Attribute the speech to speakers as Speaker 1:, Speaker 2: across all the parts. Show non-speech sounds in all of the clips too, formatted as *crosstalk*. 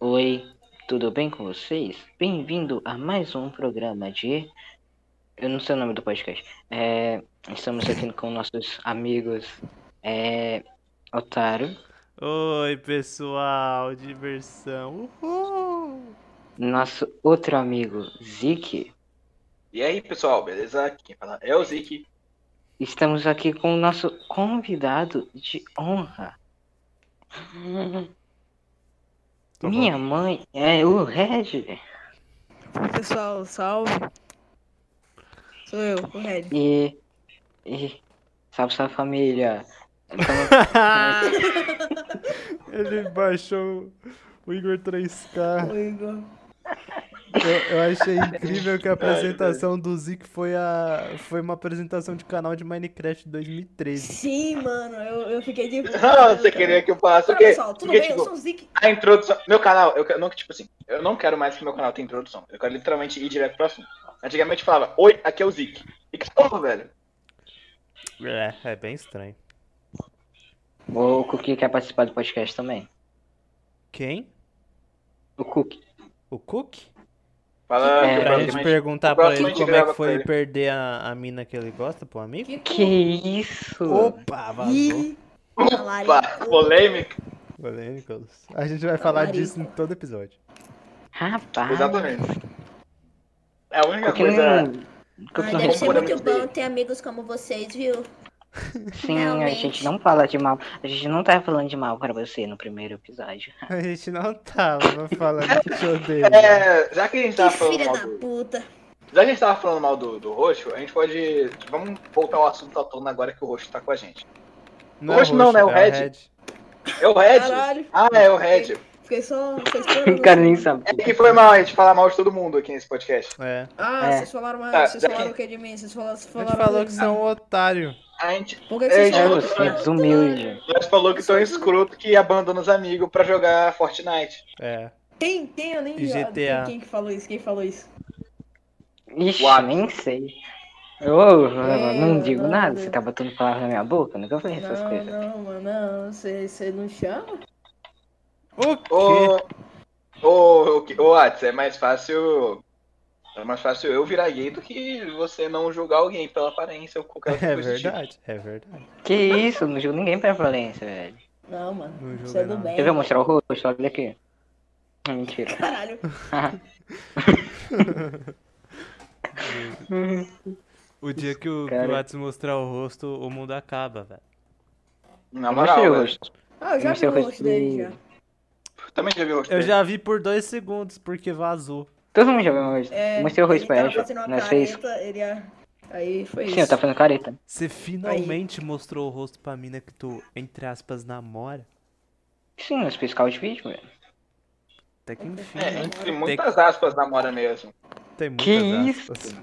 Speaker 1: Oi, tudo bem com vocês? Bem-vindo a mais um programa de. Eu não sei o nome do podcast. É, estamos aqui com nossos amigos é, Otário,
Speaker 2: Oi, pessoal, diversão. *laughs* Uhul!
Speaker 1: nosso outro amigo Zeke.
Speaker 3: E aí, pessoal, beleza? Quem fala é o
Speaker 4: *laughs*
Speaker 3: Zik.
Speaker 1: Estamos aqui com o nosso convidado de honra.
Speaker 2: Tá bom.
Speaker 1: Minha mãe é o Red.
Speaker 4: Pessoal, salve. Sou eu, o Red.
Speaker 1: E. e salve, salve família. Estamos
Speaker 2: Ele baixou o Igor 3K.
Speaker 4: O Igor.
Speaker 2: Eu, eu achei incrível que a apresentação do Zik foi, a, foi uma apresentação de canal de Minecraft 2013.
Speaker 4: Sim, mano, eu, eu
Speaker 3: *laughs*
Speaker 4: fiquei de.
Speaker 3: Ah, você queria que eu falasse o
Speaker 4: Fala,
Speaker 3: quê?
Speaker 4: pessoal, tudo
Speaker 3: Porque,
Speaker 4: bem?
Speaker 3: tipo,
Speaker 4: Eu sou o Zik.
Speaker 3: A introdução. Meu canal, eu não, tipo assim, eu não quero mais que meu canal tenha introdução. Eu quero literalmente ir direto pro assunto. Antigamente falava, oi, aqui é o Zik. E acabou, velho.
Speaker 2: É, é bem estranho.
Speaker 1: O Cookie quer participar do podcast também.
Speaker 2: Quem?
Speaker 1: O Cookie.
Speaker 2: O Cook?
Speaker 3: Fala
Speaker 1: É,
Speaker 3: que
Speaker 2: Pra gente
Speaker 3: provavelmente-
Speaker 2: perguntar pra
Speaker 3: próximo a
Speaker 2: ele
Speaker 3: gente
Speaker 2: como é que
Speaker 3: grava com
Speaker 2: foi
Speaker 3: ele.
Speaker 2: perder a, a mina que ele gosta pro amigo.
Speaker 1: Que isso?
Speaker 2: Opa, vazou.
Speaker 4: Ih,
Speaker 3: Pá, polêmica.
Speaker 2: Polêmicos. A gente vai falar
Speaker 4: Talarico.
Speaker 2: disso em todo episódio.
Speaker 1: Rapaz.
Speaker 3: Exatamente. É a única
Speaker 1: Cookie
Speaker 3: coisa.
Speaker 1: não. Cookie
Speaker 4: é- Ai,
Speaker 1: não
Speaker 4: Ah, deve ser
Speaker 3: Como
Speaker 1: responde.
Speaker 3: podemos
Speaker 4: muito
Speaker 3: ver?
Speaker 4: bom ter amigos como vocês, viu?
Speaker 1: Sim, assim, a
Speaker 4: Realmente.
Speaker 1: gente não fala de mal. A gente não tá falando de mal pra você no primeiro episódio.
Speaker 2: A gente não tá, tava falando que te odeio.
Speaker 3: É, já que a gente
Speaker 4: Que
Speaker 3: tava falando
Speaker 4: filha
Speaker 3: mal
Speaker 4: da
Speaker 3: do.
Speaker 4: puta.
Speaker 3: Já que a gente tava falando mal do, do roxo, a gente pode. Vamos voltar ao assunto à tona agora que o roxo tá com a gente.
Speaker 2: é
Speaker 3: Hoje não, né? O
Speaker 2: é
Speaker 3: Red. É o Red?
Speaker 4: Caralho.
Speaker 3: Ah, é o Red.
Speaker 4: Fiquei
Speaker 1: *laughs*
Speaker 4: só. Vocês assim.
Speaker 1: O cara nem sabe.
Speaker 3: É que foi mal, a gente fala mal de todo mundo aqui nesse podcast.
Speaker 2: É.
Speaker 4: Ah,
Speaker 1: É.
Speaker 4: vocês falaram mais.
Speaker 3: Tá,
Speaker 4: vocês
Speaker 3: já-
Speaker 4: falaram o que de mim? Vocês falaram. Vocês
Speaker 2: A gente
Speaker 4: falaram assim. Ah,
Speaker 2: falou que você é um otário.
Speaker 3: A gente
Speaker 4: Por que que
Speaker 3: É,
Speaker 4: vocês
Speaker 3: já-
Speaker 1: É
Speaker 4: falaram? assim?
Speaker 1: você, desumilde.
Speaker 3: nós falou que tão escroto que abandona os amigos pra jogar Fortnite.
Speaker 2: É.
Speaker 4: Quem, quem? Eu nem
Speaker 2: E GTA.
Speaker 4: Quem, quem que falou isso? Quem falou isso?
Speaker 1: Ixi,
Speaker 3: Uau.
Speaker 1: nem sei. Eu
Speaker 4: É,
Speaker 1: não digo
Speaker 4: não,
Speaker 1: nada,
Speaker 4: não.
Speaker 1: você tá botando palavras na minha boca, eu nunca falei essas
Speaker 4: Não,
Speaker 1: coisas.
Speaker 4: não, mano, não. Você você não chama?
Speaker 2: O quê?
Speaker 3: Ô, ô, ô, Watts, é mais fácil. É mais fácil eu virar gay do que você não julgar alguém pela aparência ou qualquer outra
Speaker 2: É
Speaker 3: coisa. do tipo.
Speaker 2: verdade, é verdade.
Speaker 1: Que isso, não julgo ninguém pra violência, velho.
Speaker 4: Não, mano.
Speaker 2: Não julga
Speaker 4: Tudo
Speaker 2: nada.
Speaker 4: bem.
Speaker 1: Você vai mostrar o rosto? Olha aqui. Ah, Mentira.
Speaker 4: Caralho.
Speaker 2: O dia que o
Speaker 1: Cara.
Speaker 2: Pilates mostrar o rosto, o mundo acaba, velho.
Speaker 3: tipo. Na
Speaker 1: Eu mostrei
Speaker 3: moral,
Speaker 1: o
Speaker 3: velho.
Speaker 1: rosto.
Speaker 4: Ah, eu já
Speaker 1: Não
Speaker 4: vi
Speaker 1: sei
Speaker 4: o
Speaker 1: o resto
Speaker 4: rosto dele
Speaker 1: do-
Speaker 4: já.
Speaker 3: também já vi o rosto
Speaker 2: Eu
Speaker 3: dele.
Speaker 2: já vi por dois segundos, porque vazou.
Speaker 1: Todo mundo já viu meu rosto.
Speaker 4: É,
Speaker 1: Mostrei o rosto
Speaker 4: ele
Speaker 1: pra
Speaker 4: tava
Speaker 1: ela.
Speaker 4: fazendo uma
Speaker 1: Nós fez.
Speaker 4: careta, ele ia- Aí foi
Speaker 1: Sim,
Speaker 4: isso.
Speaker 1: eu tava fazendo careta.
Speaker 2: Você finalmente mostrou o rosto pra mina que tu, entre aspas, namora?
Speaker 1: Sim, nós fez de vídeo, velho.
Speaker 2: Até que enfim,
Speaker 3: É,
Speaker 2: né?
Speaker 3: entre muitas aspas namora mesmo.
Speaker 2: Tem muitas
Speaker 1: Que
Speaker 2: aspas.
Speaker 1: isso?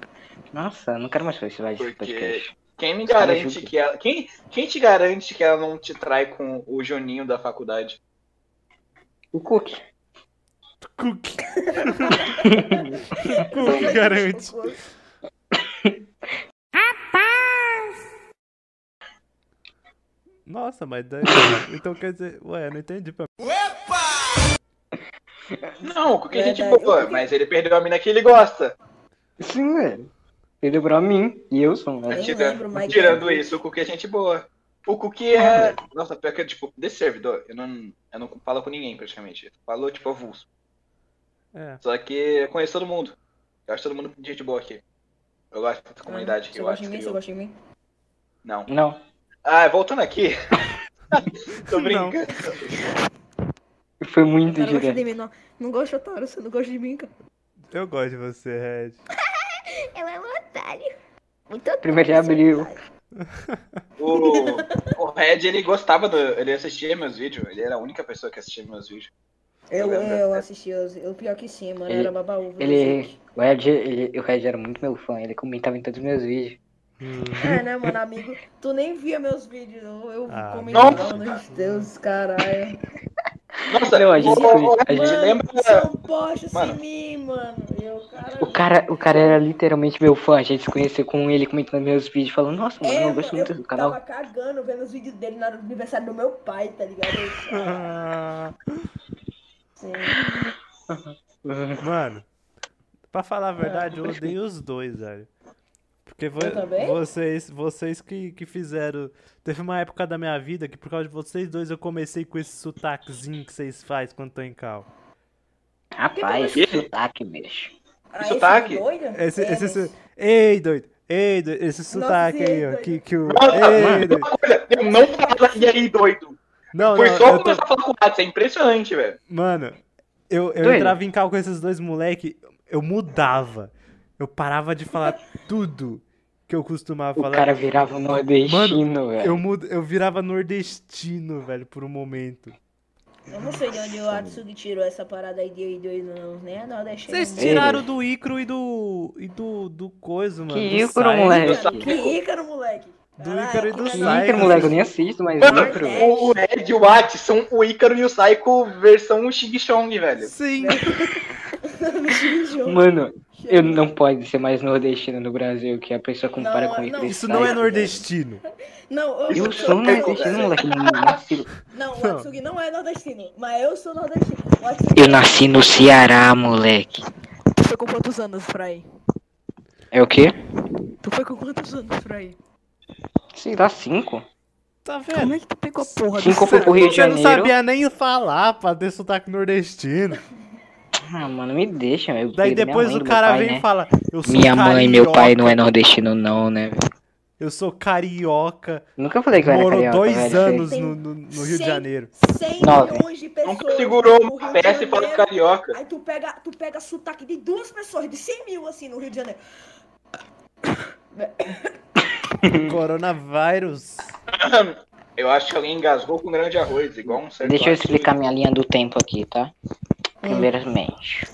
Speaker 1: Nossa, eu não quero mais fazer esse live de
Speaker 3: Porque-
Speaker 1: podcast.
Speaker 3: Quem me
Speaker 1: caras
Speaker 3: garante
Speaker 1: julgam.
Speaker 3: que ela. Quem, quem te garante que ela não te trai com o Juninho da faculdade?
Speaker 1: O Cook.
Speaker 2: Cook. *laughs*
Speaker 4: Foi
Speaker 2: Cook
Speaker 4: isso,
Speaker 2: garante.
Speaker 4: socorro.
Speaker 2: Nossa, mas daí. Então quer dizer. Ué, eu não entendi pra
Speaker 3: Não, porque a gente
Speaker 4: Verdade.
Speaker 3: boa, mas ele perdeu a mina que ele gosta.
Speaker 1: Sim, velho. Perdeu pra mim e eu sou um
Speaker 4: Nem
Speaker 1: velho.
Speaker 3: tirando,
Speaker 4: lembro mais
Speaker 3: tirando
Speaker 4: quem.
Speaker 3: isso, o Cookie é gente boa. O Cookie é. Nossa, pior que, tipo, desse servidor, eu não, eu não falo com ninguém praticamente. Eu falo, tipo, avulso.
Speaker 2: É.
Speaker 3: Só que eu conheço todo mundo. Eu acho todo mundo de gente boa aqui. Eu gosto dessa comunidade
Speaker 4: Ah,
Speaker 3: que
Speaker 4: você
Speaker 3: eu
Speaker 4: gosta
Speaker 3: acho
Speaker 4: de mim?
Speaker 3: que
Speaker 4: Você
Speaker 3: eu...
Speaker 4: gosta de mim?
Speaker 3: Não.
Speaker 1: Não.
Speaker 3: Ah, voltando
Speaker 4: *laughs*
Speaker 3: aqui. Tô
Speaker 2: Não.
Speaker 3: brincando.
Speaker 1: Foi muito
Speaker 4: Cara, gosta
Speaker 1: direto.
Speaker 4: de mim, não. Não gosta, otário. Você não gosta de mim, cara.
Speaker 2: Eu gosto de você, Red.
Speaker 4: Ela é um otário. Muito otário.
Speaker 1: Primeiro de abril.
Speaker 3: O, o Red, ele gostava do. Ele assistia meus vídeos. Ele era a única pessoa que assistia meus vídeos.
Speaker 4: Eu,
Speaker 3: lembro.
Speaker 4: eu assisti, eu, eu pior que sim, mano.
Speaker 1: Ele-
Speaker 4: era babaú.
Speaker 1: Ele. O Red, ele, o Red era muito meu fã, ele comentava em todos os meus vídeos.
Speaker 2: Hum.
Speaker 4: É, né, mano, amigo? Tu nem via meus vídeos. Eu, eu
Speaker 2: Ah,
Speaker 4: comentava,
Speaker 3: nossa.
Speaker 4: meus Deus, caralho.
Speaker 3: Nossa,
Speaker 1: Não, a gente-
Speaker 3: o, o
Speaker 1: a
Speaker 3: Red
Speaker 1: gente-
Speaker 4: Mano, é
Speaker 3: lembra.
Speaker 4: são postos
Speaker 3: Mano.
Speaker 4: em mim, mano. Eu, caralho.
Speaker 1: O cara, o cara era literalmente meu fã, a gente se conheceu com ele comentando meus vídeos, falando, nossa, mano,
Speaker 4: É,
Speaker 1: eu
Speaker 4: mano,
Speaker 1: gosto muito do canal.
Speaker 4: Tava cagando vendo os vídeos dele no
Speaker 1: *laughs*
Speaker 4: aniversário do meu pai, tá ligado? Eu-
Speaker 2: Ah,
Speaker 4: Sim.
Speaker 1: Uhum.
Speaker 2: *laughs* Mano, pra falar a verdade, eu odeio os dois, velho. Porque vo-
Speaker 4: Eu também?
Speaker 2: vocês, vocês que, que fizeram. Teve uma época da minha vida que por causa de vocês dois eu comecei com esse sotaquezinho que vocês fazem quando estão em cal.
Speaker 1: Rapaz, que sotaque, bicho.
Speaker 4: Aí,
Speaker 3: Sotaque?
Speaker 4: filho "Ah, doido?
Speaker 2: Esse,
Speaker 4: É,
Speaker 2: esse,
Speaker 4: mas-
Speaker 2: esse- Ei, doido! Ei, doido! Esse sotaque aí, ó.
Speaker 4: doido.
Speaker 2: Que, que o.
Speaker 3: Mano,
Speaker 2: Ei, doido!
Speaker 3: uma coisa, eu não falaria aí, doido.
Speaker 2: Não, não,
Speaker 3: Foi só
Speaker 2: eu tô...
Speaker 3: começar a falar com o Watson, é impressionante, velho.
Speaker 2: Mano, eu, eu
Speaker 1: Doido.
Speaker 2: entrava em cal com esses dois moleque, eu mudava. Eu parava de falar tudo que eu costumava
Speaker 1: O
Speaker 2: falar.
Speaker 1: cara virava um nordestino, velho.
Speaker 2: Eu, mudo, eu virava nordestino, velho, por um momento.
Speaker 4: Eu não sei de onde o Atsugi tirou essa parada aí de aí dois anos, né? Não, deixei.
Speaker 2: Vocês
Speaker 1: Ei.
Speaker 2: tiraram do Icro e do. e do. do coisa, mano. do
Speaker 1: Ícaro,
Speaker 2: Saiyajin.
Speaker 1: moleque?
Speaker 4: Que ícaro, moleque.
Speaker 2: Do
Speaker 4: Caralho,
Speaker 2: Ícaro e do
Speaker 4: que
Speaker 1: Que
Speaker 2: Sai,
Speaker 1: ícaro,
Speaker 2: cara.
Speaker 1: moleque,
Speaker 4: *laughs*
Speaker 1: eu nem assisto, mas
Speaker 3: Mano,
Speaker 1: outro, velho.
Speaker 3: O Ed e o Watson são o Ícaro e o Psycho versão Xing Chong, velho.
Speaker 4: *laughs*
Speaker 2: Sim.
Speaker 4: Mano,
Speaker 1: Mano, eu não pode ser mais nordestino no Brasil, que a pessoa compara
Speaker 4: Não,
Speaker 1: com
Speaker 4: não,
Speaker 1: ícaro e
Speaker 2: Isso não é
Speaker 1: Psycho,
Speaker 2: nordestino.
Speaker 4: Não, é
Speaker 1: velho.
Speaker 4: eu,
Speaker 1: Eu sou um nordestino,
Speaker 4: não,
Speaker 1: moleque. Eu nasci-
Speaker 4: não, o
Speaker 2: Não.
Speaker 4: Atsugi não é nordestino, mas eu sou nordestino. O Atsugi
Speaker 1: Eu nasci no Ceará, moleque.
Speaker 4: foi com quantos anos, Fry?
Speaker 1: É o quê?
Speaker 4: Tu foi com quantos anos, Fry?
Speaker 1: Sei lá, cinco?
Speaker 2: Tá
Speaker 4: Como
Speaker 2: vendo?
Speaker 4: é que tu pegou a porra
Speaker 1: Cinco foi pro Rio de
Speaker 2: Você não
Speaker 1: Janeiro.
Speaker 2: sabia nem falar pra ter sotaque nordestino.
Speaker 1: Ah, mano, me deixa, meu.
Speaker 2: Daí
Speaker 1: Minha
Speaker 2: depois
Speaker 1: mãe,
Speaker 2: o
Speaker 1: meu
Speaker 2: cara
Speaker 1: pai,
Speaker 2: vem
Speaker 1: né?
Speaker 2: e fala: Eu sou
Speaker 1: Minha mãe e meu pai
Speaker 2: carioca,
Speaker 1: não é nordestino, não, né? velho?
Speaker 2: Eu sou carioca.
Speaker 1: Nunca falei que eu era
Speaker 2: Morou
Speaker 1: carioca,
Speaker 2: dois
Speaker 1: velho.
Speaker 2: anos
Speaker 4: Tem
Speaker 2: no, no- no Rio de
Speaker 4: cem-
Speaker 2: Janeiro.
Speaker 1: *laughs*
Speaker 4: 100
Speaker 1: Nove.
Speaker 4: milhões de pessoas.
Speaker 3: Nunca segurou
Speaker 4: no
Speaker 3: uma
Speaker 4: Rio de
Speaker 3: peça e falou
Speaker 4: Janeiro.
Speaker 3: carioca.
Speaker 4: Aí tu pega, tu pega sotaque de duas pessoas, de 100 mil, assim, no Rio de Janeiro.
Speaker 2: Coronavírus.
Speaker 3: Eu acho que alguém engasgou com grande arroz, igual um certo.
Speaker 1: Deixa eu
Speaker 3: Watson.
Speaker 1: explicar minha linha do tempo aqui, tá?
Speaker 2: Hum.
Speaker 1: Primeiramente,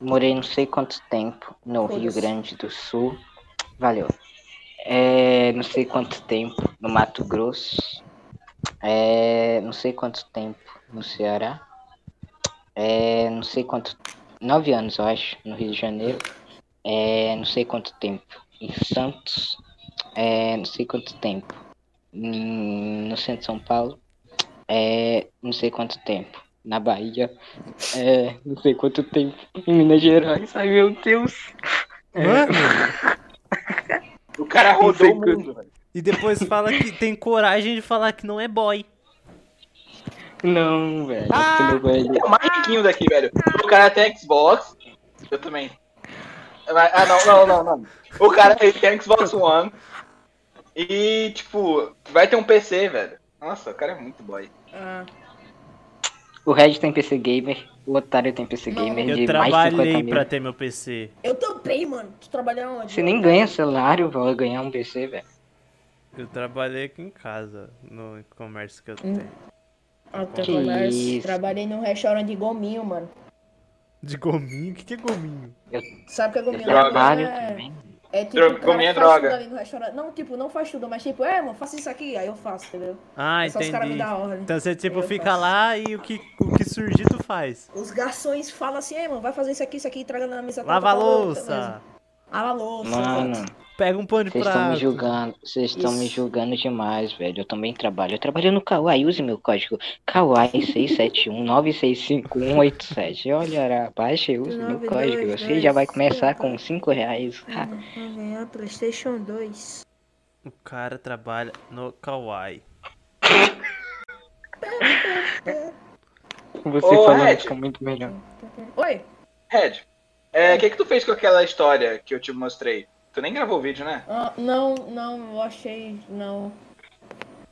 Speaker 1: morei não sei quanto tempo no
Speaker 4: Foda-se.
Speaker 1: Rio Grande do Sul. Valeu. É, não sei quanto tempo no Mato Grosso. É, não sei quanto tempo no Ceará. É, não sei quanto. Nove anos, eu acho, no Rio de Janeiro. É, não sei quanto tempo em Santos. É, não sei quanto tempo em- no centro de São Paulo. É, não sei quanto tempo na Bahia. É, não sei quanto tempo em Minas Gerais. Ai, meu Deus. É.
Speaker 2: Mano.
Speaker 3: O cara rodou o mundo, velho.
Speaker 2: E depois fala que tem coragem de falar que não é boy.
Speaker 1: Não, velho. tudo bem.
Speaker 3: É o mais riquinho daqui, velho. O cara tem Xbox. Eu também. Ah, não, não, não, não. O cara ele tem Xbox One. E, tipo, vai ter um PC, velho. Nossa, o cara é muito boy.
Speaker 4: Ah,
Speaker 1: O Red tem PC Gamer, o Otário tem PC
Speaker 4: Não,
Speaker 1: Gamer
Speaker 2: Eu
Speaker 1: de mais de 50
Speaker 2: trabalhei
Speaker 1: mil.
Speaker 2: pra ter meu PC.
Speaker 4: eu também, mano. Tu trabalha onde?
Speaker 1: Você nem ganha salário, vai ganhar um PC, velho.
Speaker 2: Eu trabalhei aqui em casa, no comércio que eu
Speaker 4: Hum.
Speaker 2: tenho.
Speaker 4: Até
Speaker 1: Que
Speaker 4: comércio.
Speaker 1: isso.
Speaker 4: tá, Trabalhei num restaurante de gominho, mano.
Speaker 2: De gominho? O que, que é gominho?
Speaker 4: Sabe o que é
Speaker 1: Eu
Speaker 4: gominho? né?
Speaker 1: trabalho
Speaker 4: é...
Speaker 1: também.
Speaker 4: é tipo,
Speaker 3: Droga,
Speaker 4: o cara
Speaker 3: gominho é
Speaker 4: faz
Speaker 3: droga.
Speaker 4: tudo ali no restaurante. Não, tipo, não faz tudo, mas tipo, é, mano, faça isso aqui, aí eu faço, entendeu?
Speaker 2: Ah,
Speaker 4: É Só os caras me
Speaker 2: entendi.
Speaker 4: dão a ordem.
Speaker 2: Então você tipo
Speaker 4: Eu
Speaker 2: fica
Speaker 4: faço.
Speaker 2: lá e o que, o que surgir tu faz.
Speaker 4: Os garçons falam assim, é, mano, vai fazer isso aqui, isso aqui, traga na mesa.
Speaker 2: Lava a
Speaker 4: tal, tal, tal, beleza.
Speaker 2: louça,
Speaker 4: Lava a louça.
Speaker 1: Mano,
Speaker 4: exato.
Speaker 2: pega um pano de
Speaker 1: vocês estão me
Speaker 2: prato.
Speaker 1: julgando, vocês estão me
Speaker 4: Isso.
Speaker 1: julgando demais, velho. Eu também trabalho. Eu trabalho no Kawaii, use meu código Kawaii 671965187. Olha, baixa e use meu
Speaker 4: Nove,
Speaker 1: código.
Speaker 4: dois,
Speaker 1: Você
Speaker 4: dois,
Speaker 1: já vai começar
Speaker 4: cinco.
Speaker 1: com 5 reais. Ah,
Speaker 4: Vai ganhar Uhum. Tá Playstation 2.
Speaker 2: O cara trabalha no Kawaii.
Speaker 1: Você
Speaker 3: Ô,
Speaker 1: falando
Speaker 3: Ed.
Speaker 1: fica muito melhor.
Speaker 4: Tá Oi?
Speaker 3: Red, é, o que, que tu fez com aquela história que eu te mostrei? Tu nem gravou o vídeo, né?
Speaker 4: Ah, não, não, eu achei. Não.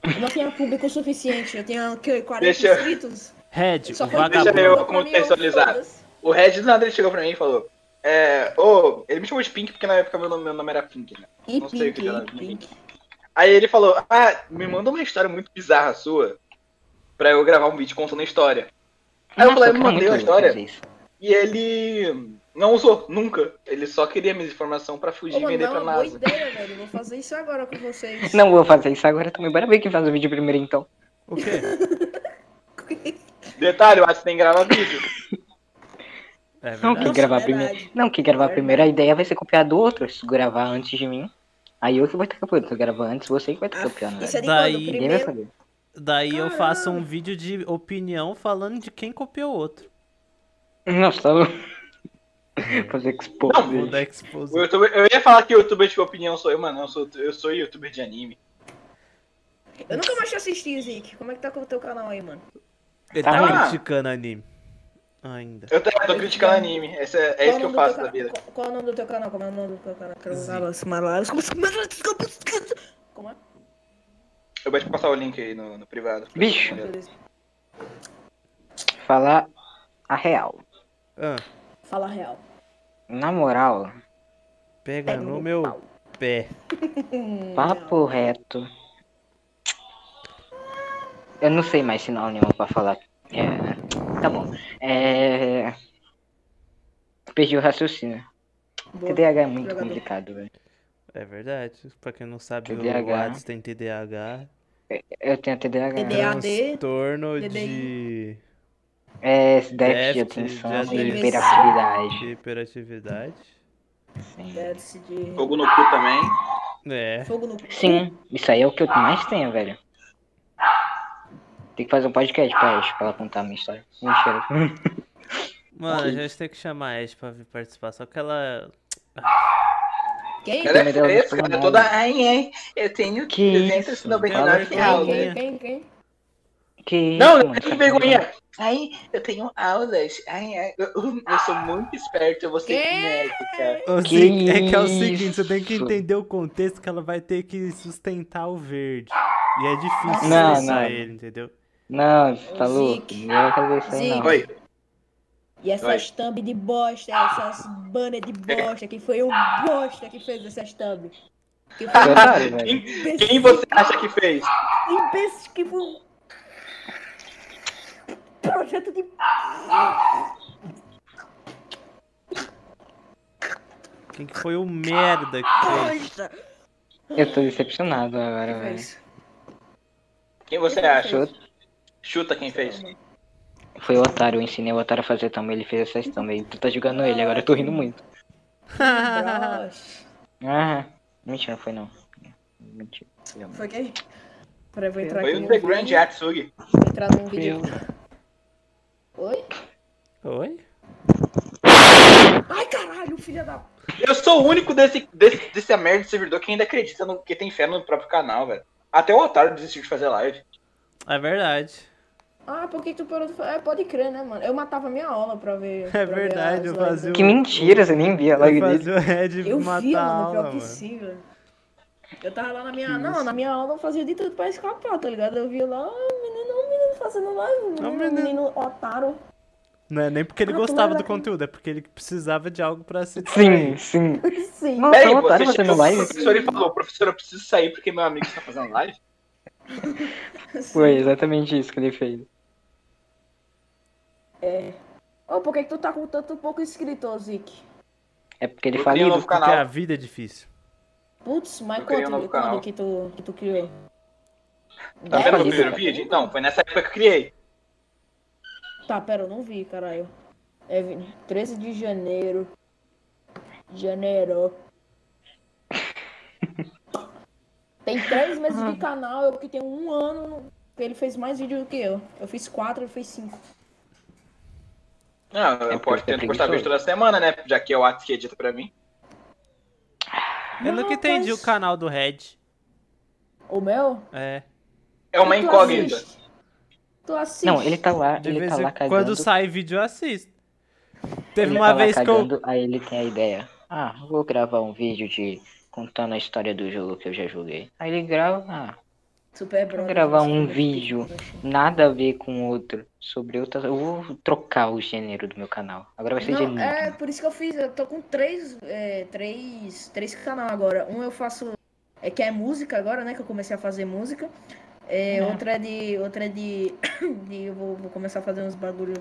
Speaker 4: Eu Não tinha público suficiente, eu tinha o quê? 40
Speaker 3: Deixa eu-
Speaker 4: inscritos.
Speaker 2: Red, o
Speaker 4: foi
Speaker 3: Deixa
Speaker 4: um
Speaker 2: Tipo, vagabundo.
Speaker 3: eu
Speaker 4: mandou pra mim,
Speaker 3: contextualizar.
Speaker 4: foda-se.
Speaker 3: O Red do nada ele chegou pra mim e falou: É, ô, ele me chamou de Pink porque na época meu nome, meu nome era Pink, né?
Speaker 4: E
Speaker 3: Não sei o
Speaker 4: Pink,
Speaker 3: que
Speaker 4: e
Speaker 3: ela-
Speaker 4: Pink.
Speaker 3: Aí ele falou: Ah, me manda uma história muito bizarra sua pra eu gravar um vídeo contando a história. Aí eu
Speaker 1: Nossa,
Speaker 3: falei, eu
Speaker 1: cara, é
Speaker 3: mandei
Speaker 1: muito
Speaker 3: a história.
Speaker 1: fazer isso.
Speaker 3: E ele não usou, nunca. Ele só queria minha informação pra fugir
Speaker 4: Ô,
Speaker 3: e
Speaker 4: mano,
Speaker 3: vender pra
Speaker 4: não, é boa
Speaker 3: NASA.
Speaker 4: ideia, velho. Vou fazer isso agora com vocês. *laughs*
Speaker 1: Não vou fazer isso agora também. Bora ver quem faz o vídeo primeiro então.
Speaker 2: O
Speaker 4: *laughs*
Speaker 2: quê?
Speaker 3: Detalhe, eu acho que tem que gravar vídeo.
Speaker 2: É
Speaker 1: Não que
Speaker 4: Nossa,
Speaker 2: verdade.
Speaker 1: gravar
Speaker 4: verdade.
Speaker 1: primeiro. Não que gravar
Speaker 4: Verdade.
Speaker 1: primeiro. A ideia vai ser copiar do outro. Se gravar antes de mim, aí eu que vou estar copiando. Se eu gravar antes, você que vai estar copiando.
Speaker 4: Isso
Speaker 1: velho.
Speaker 4: é de
Speaker 2: Daí-
Speaker 4: quando?
Speaker 1: Ninguém vai
Speaker 4: Primeiro?
Speaker 1: saber.
Speaker 2: Daí eu faço um
Speaker 4: Caralho.
Speaker 2: vídeo de opinião falando de quem copiou o outro.
Speaker 1: Nossa, tá louco. *laughs* Fazer expor.
Speaker 2: Vou dar expose.
Speaker 3: O youtuber, eu ia falar que o youtuber de opinião sou eu, mano. Eu sou, eu sou youtuber de anime.
Speaker 4: Eu nunca mais te assisti, Zik. Como é que tá com o teu canal aí, mano?
Speaker 2: Ele
Speaker 1: Tá
Speaker 2: tá
Speaker 3: lá.
Speaker 2: criticando anime. Ainda.
Speaker 3: Eu tô, eu tô criticando anime. Esse é, é isso que eu faço da vida.
Speaker 4: Qual, qual é o nome do teu canal? Como é o nome do teu canal?
Speaker 2: Zik.
Speaker 4: Malalas, malalas, como se- malalas, como se- Como é?
Speaker 3: Eu vou te passar o link aí no, no privado.
Speaker 1: Bicho.
Speaker 4: Beleza.
Speaker 1: Falar a real.
Speaker 2: Ah,
Speaker 4: Fala real.
Speaker 1: Na moral,
Speaker 2: pega
Speaker 4: Pega
Speaker 2: no
Speaker 4: no
Speaker 2: meu
Speaker 4: pau.
Speaker 2: pé.
Speaker 1: papo reto. Eu não sei mais sinal nenhum pra falar. É, tá bom. É... Perdi o raciocínio.
Speaker 4: Boa.
Speaker 1: TDAH é muito
Speaker 4: Jogador.
Speaker 1: complicado, velho.
Speaker 2: É verdade. Pra quem não sabe, o
Speaker 1: TDAH.
Speaker 2: Hades tem TDAH.
Speaker 1: Eu tenho TDAH.
Speaker 4: TDAH. DAD,
Speaker 2: Transtorno de...
Speaker 4: DDI.
Speaker 1: É, esse déficit de
Speaker 2: Déficit de
Speaker 1: atenção e
Speaker 2: atenção.
Speaker 1: hiperatividade.
Speaker 2: de hiperatividade.
Speaker 1: Sim.
Speaker 4: Déficit de-
Speaker 3: Fogo no cu também.
Speaker 2: É.
Speaker 4: Fogo no cu.
Speaker 1: Sim, isso aí é o que eu mais tenho, velho. Tem que fazer um podcast pra Ash, pra ela contar a minha história. Mentira.
Speaker 2: Mano, a gente tem que chamar a Ash pra vir participar. Só que ela...
Speaker 4: Quem?
Speaker 3: Ela é
Speaker 1: Primeiro eu
Speaker 3: fresca,
Speaker 1: vou
Speaker 3: ela é
Speaker 1: falar.
Speaker 3: toda. Ai, ai, eu tenho
Speaker 1: Que isso?
Speaker 3: 399
Speaker 2: Fala
Speaker 4: Quem?
Speaker 2: com
Speaker 3: aulas.
Speaker 2: ela. é
Speaker 4: Quem? Quem? Quem?
Speaker 1: Que
Speaker 3: Não,
Speaker 1: isso,
Speaker 3: não
Speaker 1: mano,
Speaker 3: tem
Speaker 1: tá
Speaker 3: vergonha. Ai, eu tenho aulas. Ai, ai, eu, eu sou muito esperto, eu vou ser
Speaker 4: Que?
Speaker 3: médica.
Speaker 2: Ô,
Speaker 1: Que
Speaker 2: Zig, é que é o seguinte, você tem que
Speaker 1: isso?
Speaker 2: entender o contexto que ela vai ter que sustentar o verde. E é difícil
Speaker 1: Não,
Speaker 2: sustentar
Speaker 1: não.
Speaker 2: ele, entendeu?
Speaker 1: Não, você tá
Speaker 4: Zic.
Speaker 1: louco. Não vai fazer isso aí, não.
Speaker 4: Zic.
Speaker 3: Oi,
Speaker 4: E essas thumb de bosta, é essas banner de
Speaker 3: É.
Speaker 4: bosta, quem foi o bosta que fez essas thumb? Quem foi o
Speaker 1: Otário, *laughs* velho.
Speaker 4: imbecil,
Speaker 3: quem você acha que fez?
Speaker 4: imbecil que foi o... Projeto de...
Speaker 2: Quem que foi o merda que fez?
Speaker 4: Bosta! Quem
Speaker 1: Eu tô decepcionado agora, velho.
Speaker 4: fez?
Speaker 3: Quem você
Speaker 1: Foi
Speaker 3: acha?
Speaker 1: o-
Speaker 3: Chuta quem fez.
Speaker 1: Foi o otário, eu ensinei o otário a fazer também, ele fez essas também. Tu tá julgando ele, agora eu tô rindo muito.
Speaker 4: Broxa.
Speaker 1: Ah, mentira, não foi não. Mentira.
Speaker 4: Foi quem? Peraí, vou entrar
Speaker 3: Foi
Speaker 4: aqui
Speaker 3: o
Speaker 4: no
Speaker 3: The
Speaker 4: vídeo.
Speaker 3: Grand Atsugi.
Speaker 4: Vou entrar num vídeo. Oi?
Speaker 2: Oi?
Speaker 4: Ai, caralho, filha da...
Speaker 3: Eu sou o único desse, desse, dessa merda de servidor que ainda acredita no que tem fé no próprio canal, velho. Até o otário desistiu de fazer live.
Speaker 2: É verdade.
Speaker 4: Ah, por que tu parou de falar? É, pode crer, né, mano? Eu matava minha aula pra ver. pra
Speaker 2: É
Speaker 4: ver
Speaker 2: verdade,
Speaker 4: as
Speaker 2: eu
Speaker 4: lives
Speaker 2: fazia
Speaker 4: dele.
Speaker 1: Que mentira, você nem via a live dele.
Speaker 2: Fazer o Red
Speaker 4: Eu
Speaker 2: matar
Speaker 4: vi,
Speaker 2: a
Speaker 4: mano,
Speaker 2: aula,
Speaker 4: pior que
Speaker 2: mano.
Speaker 4: sim, velho. Eu tava lá na minha. Não, na minha aula eu fazia de tudo pra escapar, tá ligado? Eu vi lá, ah, menino, um menino fazendo live, menino, um
Speaker 2: menino.
Speaker 4: menino,
Speaker 2: *laughs*
Speaker 4: otário.
Speaker 2: Não é nem porque ele
Speaker 4: Ah, tu
Speaker 2: gostava do
Speaker 4: lembra-
Speaker 2: conteúdo, é porque ele precisava de algo pra se
Speaker 1: Sim, sim.
Speaker 4: Sim.
Speaker 1: Não,
Speaker 3: Peraí,
Speaker 1: tá um otário
Speaker 3: você
Speaker 1: fazendo
Speaker 3: chegou pro
Speaker 1: live?
Speaker 3: professor e falou, professor, eu preciso sair porque meu amigo está fazendo live.
Speaker 1: Foi exatamente isso que ele fez.
Speaker 4: Ô, por que, que tu tá com tanto pouco inscrito, ô, Zik?
Speaker 1: É porque ele
Speaker 3: Eu
Speaker 1: faliu.
Speaker 3: criei um novo
Speaker 2: Porque a
Speaker 3: canal.
Speaker 2: vida é difícil.
Speaker 4: Putz, mas
Speaker 3: Eu criei um
Speaker 4: quanto
Speaker 3: novo
Speaker 4: quando
Speaker 3: canal.
Speaker 4: que tu, que tu criou?
Speaker 3: Tá
Speaker 1: É
Speaker 3: vendo o
Speaker 1: falido,
Speaker 3: primeiro
Speaker 1: cara.
Speaker 3: vídeo? Então, foi nessa época que eu criei.
Speaker 4: Tá, pera, eu não vi, caralho. É vi- 13 de janeiro.
Speaker 1: *laughs*
Speaker 4: Janeiro. Tem três meses
Speaker 1: Ah.
Speaker 4: de canal, eu que tenho um ano. Ele fez mais vídeo do que eu. Eu fiz quatro, ele fez cinco.
Speaker 3: Não, Ah, eu
Speaker 1: É
Speaker 3: posso
Speaker 1: porque é
Speaker 3: tentar postar vídeo
Speaker 1: preguiçoso.
Speaker 3: toda semana, né? Já que é o Atos que edita pra mim.
Speaker 2: Eu nunca entendi o
Speaker 4: Rapaz.
Speaker 2: canal do Red.
Speaker 4: O meu?
Speaker 2: É.
Speaker 3: É uma
Speaker 4: Tu
Speaker 3: incógnita.
Speaker 4: assiste. Tu assiste.
Speaker 1: Não, ele tá lá,
Speaker 2: De
Speaker 1: ele
Speaker 2: vez
Speaker 1: tá
Speaker 2: em
Speaker 1: lá cagando.
Speaker 2: quando sai vídeo, eu assisto. Teve
Speaker 1: ele
Speaker 2: uma
Speaker 1: tá lá
Speaker 2: vez que eu.
Speaker 1: cagando, Aí ele tem a ideia. Ah, vou gravar um vídeo de contando a história do jogo que eu já joguei. Aí ele grava, ah,
Speaker 4: Super
Speaker 1: vou
Speaker 4: Brother.
Speaker 1: gravar um
Speaker 4: Super
Speaker 1: vídeo
Speaker 4: Brother.
Speaker 1: nada a ver com outro sobre outras. Eu vou trocar o gênero do meu canal. Agora vai ser
Speaker 4: Não,
Speaker 1: gênero.
Speaker 4: é por isso que eu fiz. Eu tô com três, é, três, três canal agora. Um eu faço é que é música agora, né? Que eu comecei a fazer música. É,
Speaker 2: Uhum.
Speaker 1: É.
Speaker 4: Outra é de, outra é de, *coughs* de eu vou, vou começar a fazer uns bagulho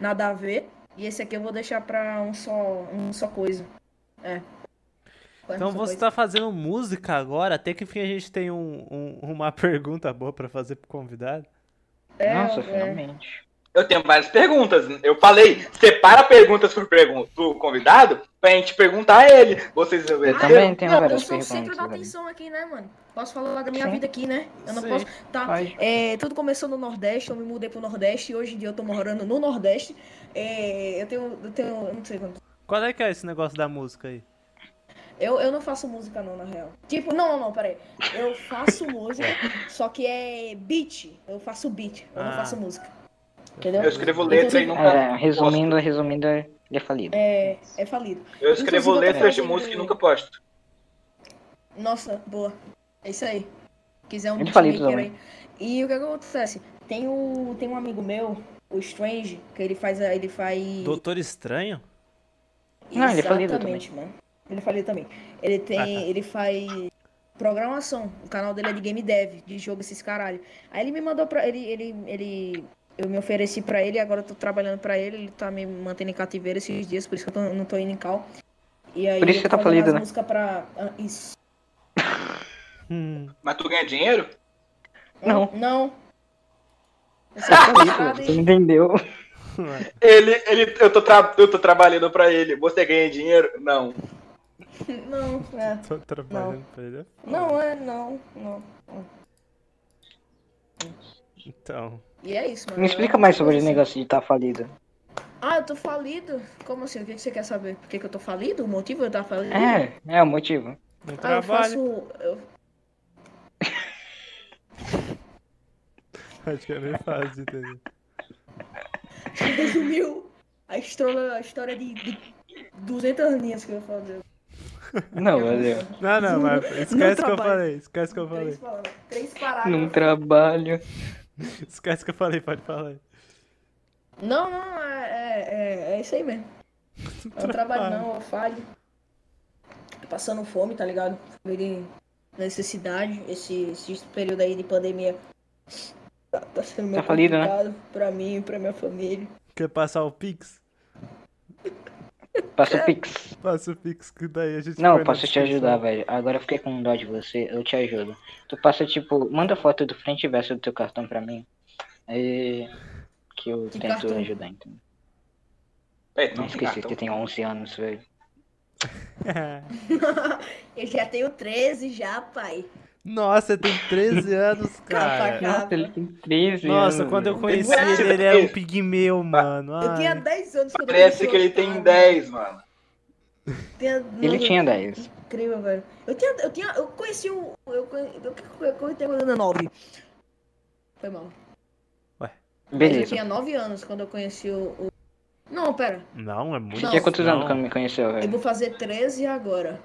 Speaker 4: nada a ver. E esse aqui eu vou deixar pra um só, um só coisa. É.
Speaker 2: Então
Speaker 4: Um só
Speaker 2: você
Speaker 4: coisa.
Speaker 2: tá fazendo música agora? Até que enfim a gente tem *laughs* um- um- uma pergunta boa pra fazer pro convidado.
Speaker 4: É,
Speaker 1: Nossa,
Speaker 4: é.
Speaker 1: finalmente.
Speaker 3: Eu tenho várias perguntas. Eu falei, separa perguntas por pergun pro convidado pra gente perguntar a ele. Vocês
Speaker 1: Eu também
Speaker 3: entenderam?
Speaker 1: tenho
Speaker 4: Não, Ah, eu
Speaker 1: várias
Speaker 4: sou sempre
Speaker 1: perguntas.
Speaker 4: da
Speaker 1: velho.
Speaker 4: atenção aqui, né, mano? Posso falar da minha
Speaker 1: Sim.
Speaker 4: vida aqui, né? Eu não
Speaker 2: Sim.
Speaker 4: posso. Tá.
Speaker 1: Pode.
Speaker 4: É, tudo começou no Nordeste, eu me mudei pro Nordeste e hoje em dia eu tô morando no Nordeste. É, eu tenho. Eu tenho. Eu não sei quanto.
Speaker 2: Qual é que é esse negócio da música aí?
Speaker 4: Eu, eu não faço música não, na real. Tipo, não, não, não, peraí. Eu faço música, só que é beat. Eu faço beat, eu não
Speaker 2: Ah.
Speaker 4: faço música. Entendeu?
Speaker 3: Eu escrevo letra e nunca.
Speaker 1: É, resumindo, resumindo, ele é falido.
Speaker 4: É, é falido.
Speaker 3: Eu escrevo
Speaker 4: Inclusive, eu tô
Speaker 3: letras de
Speaker 4: fazendo-
Speaker 3: música e nunca posto.
Speaker 4: Nossa, boa. É isso aí. Quiser um
Speaker 1: Muito falido
Speaker 4: beatmaker aí. E o que acontece? Tem, o, tem um amigo meu, o Strange, que ele faz. a- Ele faz.
Speaker 2: Doutor Estranho?
Speaker 1: Não, ele é falido
Speaker 4: Exatamente, mano. Ele é falido também. Ele tem.
Speaker 2: Ah, tá.
Speaker 4: Ele faz programação. O canal dele é de game dev, de jogo esses caralho. Aí ele me mandou pra. Ele. ele, ele eu me ofereci pra ele, agora eu tô trabalhando pra ele, ele tá me mantendo em cativeiro esses dias, por isso que eu tô- não tô indo em cal. E aí
Speaker 1: Por isso
Speaker 4: eu
Speaker 1: que
Speaker 4: tô
Speaker 1: tá
Speaker 4: fazendo
Speaker 1: falido,
Speaker 4: as
Speaker 1: né?
Speaker 4: músicas pra. ah, isso.
Speaker 2: Hum.
Speaker 3: Mas tu ganha dinheiro?
Speaker 1: Não.
Speaker 4: Não. Eu sou
Speaker 1: é
Speaker 4: frustrada *laughs*
Speaker 1: Você tá
Speaker 4: e-
Speaker 1: entendeu?
Speaker 3: Ele, ele, eu, tô tra- eu tô trabalhando pra ele. Você ganha dinheiro? Não.
Speaker 1: tá
Speaker 4: Não, é.
Speaker 2: *laughs* Tô trabalhando pra ele. é foda.
Speaker 4: Não, é, não, não.
Speaker 2: Então.
Speaker 4: E é isso, mano.
Speaker 1: Me explica mais sobre o negócio de estar falido.
Speaker 4: Ah, eu tô falido? Como assim? O que que você quer saber? Por que, que eu tô falido? O motivo de eu estar falido?
Speaker 1: É, é o motivo.
Speaker 2: Não
Speaker 4: Ah, eu faço.
Speaker 2: trabalho.
Speaker 4: eu- *laughs*
Speaker 2: Acho que é meio fácil de entender.
Speaker 4: resumiu a história, a história de, de 200 linhas que eu ia fazer.
Speaker 1: Não, valeu.
Speaker 2: Não, não, *laughs* mas esquece que eu
Speaker 4: trabalho.
Speaker 2: falei. Esquece que eu
Speaker 4: Três
Speaker 2: falei.
Speaker 4: palavras. Três
Speaker 1: Num
Speaker 4: parágrafos.
Speaker 1: trabalho.
Speaker 2: Esquece que eu falei, pode falar. aí.
Speaker 4: Não, não, é, é, é, é isso
Speaker 2: *laughs*
Speaker 4: aí mesmo. Eu não trabalho não, eu falho. Tô passando fome, tá ligado? Fome de necessidade, esse, esse período aí de pandemia. Tá, tá sendo meio
Speaker 1: Tá falido, né?
Speaker 4: complicado pra mim, pra minha família.
Speaker 2: Quer passar o Pix?
Speaker 1: Passa o pix.
Speaker 2: Passa o Pix, que daí a gente. um
Speaker 1: Não,
Speaker 2: põe
Speaker 1: eu
Speaker 2: na
Speaker 1: posso te
Speaker 2: descrição.
Speaker 1: ajudar, velho. Agora eu fiquei com dó de você, eu te ajudo. Tu passa, tipo, manda foto do frente e verso do teu cartão pra mim. E... Que eu
Speaker 4: Que
Speaker 1: tento
Speaker 4: cartão?
Speaker 1: ajudar, então.
Speaker 3: É, tu
Speaker 1: Não
Speaker 3: não
Speaker 1: esqueci
Speaker 3: cartão.
Speaker 1: que tem 11 anos, velho.
Speaker 4: *laughs* Eu já tenho 13 já, pai.
Speaker 2: *laughs* Nossa, você tem 13 *laughs* anos,
Speaker 4: Capa,
Speaker 2: cara.
Speaker 1: Nossa, ele
Speaker 4: capa.
Speaker 1: tem 13
Speaker 2: Nossa,
Speaker 1: anos,
Speaker 2: quando eu
Speaker 1: velho.
Speaker 2: conheci
Speaker 3: Ele
Speaker 2: ele, ele era um pigmeu, mano.
Speaker 4: Eu
Speaker 2: Ai.
Speaker 4: tinha 10 anos quando eu
Speaker 3: Parece
Speaker 4: conheci
Speaker 3: que ele
Speaker 4: o
Speaker 3: tem
Speaker 4: Otávio.
Speaker 3: 10, mano.
Speaker 4: né? Tinha-
Speaker 1: Ele
Speaker 4: Nossa,
Speaker 1: tinha 10.
Speaker 4: Incrível, velho. Eu tinha. Eu tinha. Eu conheci o. Eu conheci. Eu conheci quando eu tinha 9. Foi mal. Mas eu
Speaker 1: Beleza.
Speaker 4: tinha 9 anos quando eu conheci o. o- Não, pera.
Speaker 2: Não, é muito.
Speaker 1: Você
Speaker 4: Não,
Speaker 1: tinha quantos
Speaker 2: não.
Speaker 1: anos quando me conheceu,
Speaker 4: Eu
Speaker 3: É.
Speaker 1: velho?
Speaker 4: vou fazer 13 agora.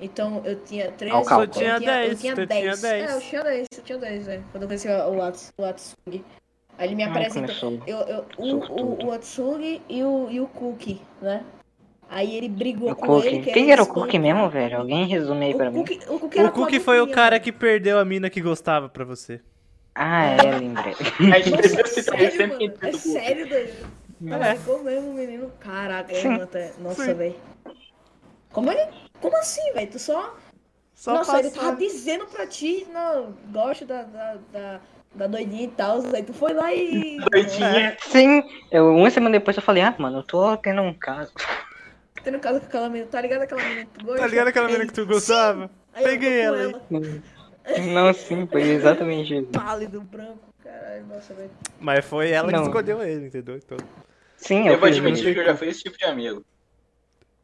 Speaker 4: Então eu tinha 13.
Speaker 1: Ao cálculo.
Speaker 4: eu tinha,
Speaker 2: Eu tinha 10,
Speaker 4: eu tinha 10.
Speaker 2: tu tinha 10.
Speaker 4: É, eu tinha 10, eu tinha 10, velho. Quando eu conheci o Ats- o Atsugi. Aí ele me
Speaker 1: Ai,
Speaker 4: apresentou.
Speaker 1: Ah, começou.
Speaker 4: Eu, eu, o, o, o Atsugi e o, e o Cookie, né? Aí ele brigou
Speaker 1: O
Speaker 4: com
Speaker 1: Cook.
Speaker 4: ele. que
Speaker 1: Quem
Speaker 4: ele
Speaker 1: era o
Speaker 4: espan-
Speaker 1: Cook mesmo, velho? Alguém resume aí
Speaker 4: O
Speaker 1: pra mim.
Speaker 4: Cookie, o Cookie, era
Speaker 2: O Cook foi o
Speaker 4: quadruplinha,
Speaker 2: cara
Speaker 4: velho.
Speaker 2: que perdeu a mina que gostava pra você.
Speaker 1: Ah, é, lembrei.
Speaker 3: A
Speaker 4: *laughs*
Speaker 3: gente
Speaker 4: Nossa, é
Speaker 3: precisa citar ele
Speaker 4: *laughs* sério,
Speaker 3: sempre que
Speaker 4: mano. É
Speaker 3: tem tudo.
Speaker 4: sério, doido. Ela ficou mesmo, menino. Caraca,
Speaker 1: Sim.
Speaker 4: mano,
Speaker 2: É.
Speaker 4: até-
Speaker 2: Sim.
Speaker 4: Nossa, velho. Como é? Como assim, velho? Tu só.
Speaker 2: Só
Speaker 4: Nossa, ele
Speaker 2: passou.
Speaker 4: tava dizendo pra ti, não, gosto da, da, da, da doidinha e tal. Aí tu foi lá e.
Speaker 3: Doidinha.
Speaker 1: Sim, eu, uma semana depois eu falei, ah, mano, eu tô tendo um caso. *laughs*
Speaker 4: É, Tendo casa com aquela menina. Tá ligado aquela menina que tu gosta?
Speaker 2: Tá ligado aquela menina que tu gostava?
Speaker 4: Aí eu tô
Speaker 2: Peguei
Speaker 4: com
Speaker 2: ela aí.
Speaker 1: Não, sim, foi exatamente isso.
Speaker 4: Pálido, branco. Caralho, nossa, velho.
Speaker 2: Mas foi ela
Speaker 1: Não.
Speaker 2: que escolheu ele, entendeu? Então,
Speaker 1: Sim, eu,
Speaker 3: Eu vou
Speaker 1: fiz isso.
Speaker 3: admitir que eu já fui esse tipo de amigo.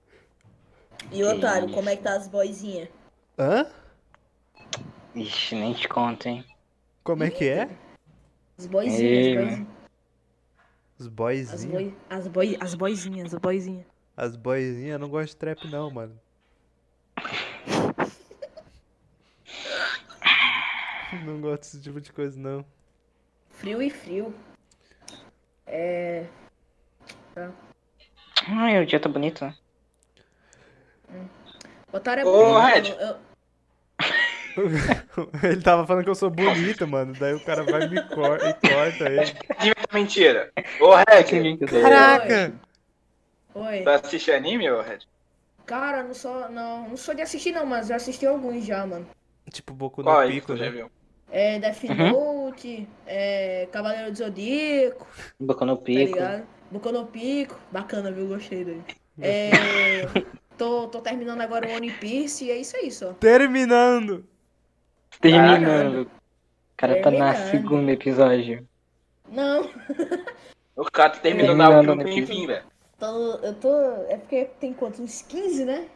Speaker 3: *laughs*
Speaker 4: E otário, como é que tá as boizinhas?
Speaker 2: Hã?
Speaker 1: Ixi, nem te conto, hein.
Speaker 2: Como é que é?
Speaker 4: As boizinhas,
Speaker 1: Ei,
Speaker 4: as boizinhas.
Speaker 2: Os
Speaker 4: As,
Speaker 2: boyzinhos.
Speaker 4: boi, as, boi, as boizinhas, as boizinhas.
Speaker 2: As boyzinhas, eu não gosto de trap não, mano. *laughs* Não gosto desse tipo de coisa, não. *laughs*
Speaker 4: Frio e frio.
Speaker 1: Ai, o dia tá bonito, né?
Speaker 4: Otário é
Speaker 3: Ô,
Speaker 4: bonito,
Speaker 3: Red.
Speaker 4: eu- eu-
Speaker 2: Ele tava falando que eu sou bonita, mano. Daí o cara vai e me cor- e corta ele.
Speaker 3: Admita mentira. Ô, Red, é?
Speaker 2: Caraca!
Speaker 4: Oi.
Speaker 3: tu assiste anime, ô, Red?
Speaker 4: Cara, não sou, não, não sou de assistir não, mas eu assisti alguns já, mano.
Speaker 2: Tipo, Boku
Speaker 3: Qual
Speaker 2: no
Speaker 3: aí que
Speaker 2: Pico,
Speaker 3: tu já
Speaker 2: né?
Speaker 3: viu?
Speaker 4: é, Death Note, é, Cavaleiro do Zodíaco,
Speaker 1: Boca no
Speaker 4: tá
Speaker 1: pico.
Speaker 4: ligado? Boku no Pico. Bacana, viu? Gostei dele. É, tô, tô terminando agora o One Piece e é isso aí só.
Speaker 2: Terminando!
Speaker 1: Terminando. O cara tá na
Speaker 4: Terminando.
Speaker 1: segundo episódio.
Speaker 4: Não,
Speaker 3: O cara tá terminando
Speaker 1: Terminando
Speaker 3: algo que não
Speaker 1: aqui.
Speaker 3: tem fim, velho.
Speaker 4: tô- eu tô. É porque tem quanto? Uns 15, né?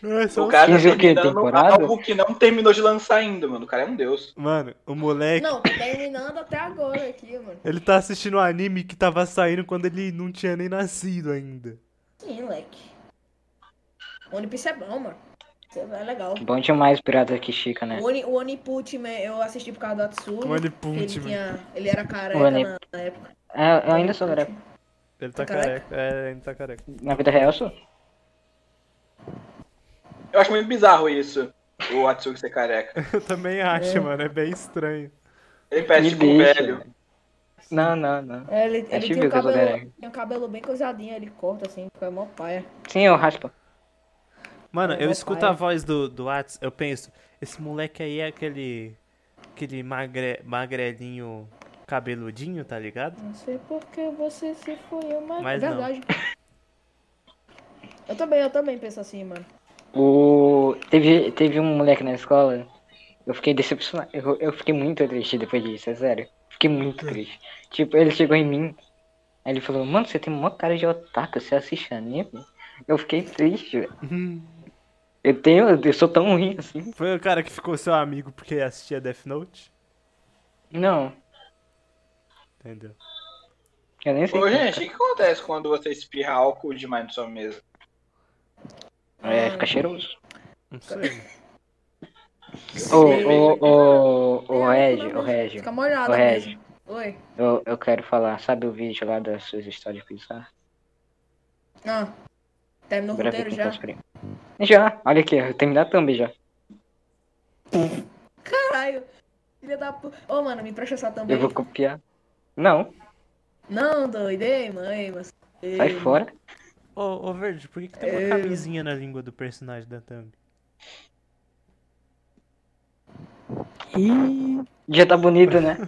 Speaker 2: É, só-
Speaker 3: O cara tá
Speaker 1: 15 o quê?
Speaker 3: terminando
Speaker 1: Temporada?
Speaker 3: algo que não terminou de lançar ainda, mano. O cara é um deus.
Speaker 2: Mano, o
Speaker 1: É
Speaker 2: moleque.
Speaker 4: Não, tô terminando até agora aqui, mano.
Speaker 2: Ele tá assistindo um anime que tava saindo quando ele não tinha nem nascido ainda.
Speaker 4: Sim, leque. One Piece é bom, mano. Isso É legal.
Speaker 1: Bom demais, Pirata que chica, né?
Speaker 4: O One, o One Punch Man, eu assisti por causa do Atsugi.
Speaker 2: O One
Speaker 4: porque
Speaker 2: Punch
Speaker 4: ele,
Speaker 2: Man.
Speaker 4: tinha, ele era careca
Speaker 1: One-
Speaker 4: na, na época.
Speaker 1: Ah, eu ainda sou careca.
Speaker 2: Ele tá
Speaker 4: Tá careca?
Speaker 2: careca. É, ele tá careca. *laughs*
Speaker 1: Na vida real, eu sou.
Speaker 3: Eu acho muito bizarro isso, o Atsugi ser careca.
Speaker 2: Eu também acho, mano. É bem estranho.
Speaker 3: Ele parece
Speaker 1: Me
Speaker 3: tipo um
Speaker 1: deixa,
Speaker 3: velho.
Speaker 1: velho. Não, não, não.
Speaker 4: É, ele ele
Speaker 1: Acho
Speaker 4: tinha,
Speaker 1: viu
Speaker 4: um
Speaker 1: que eu sou
Speaker 4: cabelo,
Speaker 1: careca.
Speaker 4: tinha um cabelo bem coisadinho, ele corta assim, fica mó paia.
Speaker 1: Sim, eu raspo.
Speaker 2: Mano,
Speaker 4: É,
Speaker 2: eu
Speaker 4: meu
Speaker 2: escuto
Speaker 4: pai.
Speaker 2: a voz do, do Ats, eu penso, esse moleque aí é aquele. aquele magre, magrelinho cabeludinho, tá ligado?
Speaker 4: Não sei porque você se foi, mas,
Speaker 2: Mas não.
Speaker 4: verdade. Eu também, eu também penso assim, mano.
Speaker 1: O... Teve, teve um moleque na escola, eu fiquei decepcionado. Eu, eu fiquei muito triste depois disso, é sério. Fiquei muito triste. Tipo, ele chegou em mim, aí ele falou, mano, você tem uma cara de otaku, você assiste anime? Eu fiquei triste, velho. Eu tenho, eu sou tão ruim assim.
Speaker 2: *laughs* Foi o cara que ficou seu amigo porque assistia Death Note?
Speaker 1: Não,
Speaker 2: Entendeu?
Speaker 1: eu nem sei.
Speaker 3: Ô,
Speaker 1: quem é.
Speaker 3: gente, o que acontece quando você espirra álcool demais na sua mesa?
Speaker 1: É, fica cheiroso.
Speaker 2: Não sei.
Speaker 1: Ô, ô, ô, ô, Regi, ô, Regi.
Speaker 4: Fica molhado
Speaker 1: Ô, Regi.
Speaker 4: mesmo. Oi.
Speaker 1: Eu, eu quero falar, sabe o vídeo lá das suas histórias bizarras?
Speaker 4: Ah. Terminou o
Speaker 1: Gravei
Speaker 4: roteiro
Speaker 1: com
Speaker 4: já?
Speaker 1: teus primos. Já, olha aqui, eu terminar a thumb já.
Speaker 4: Caralho. Filha da puta. Ô, mano, me presta essa também.
Speaker 1: Eu vou copiar. Não,
Speaker 4: Não, doido. Ei, mãe, você.
Speaker 1: sai fora.
Speaker 2: Ô, *laughs* ô Verde, por que, que tem uma
Speaker 4: É.
Speaker 2: camisinha na língua do personagem da Thumb?
Speaker 1: Ih, já tá bonito, né?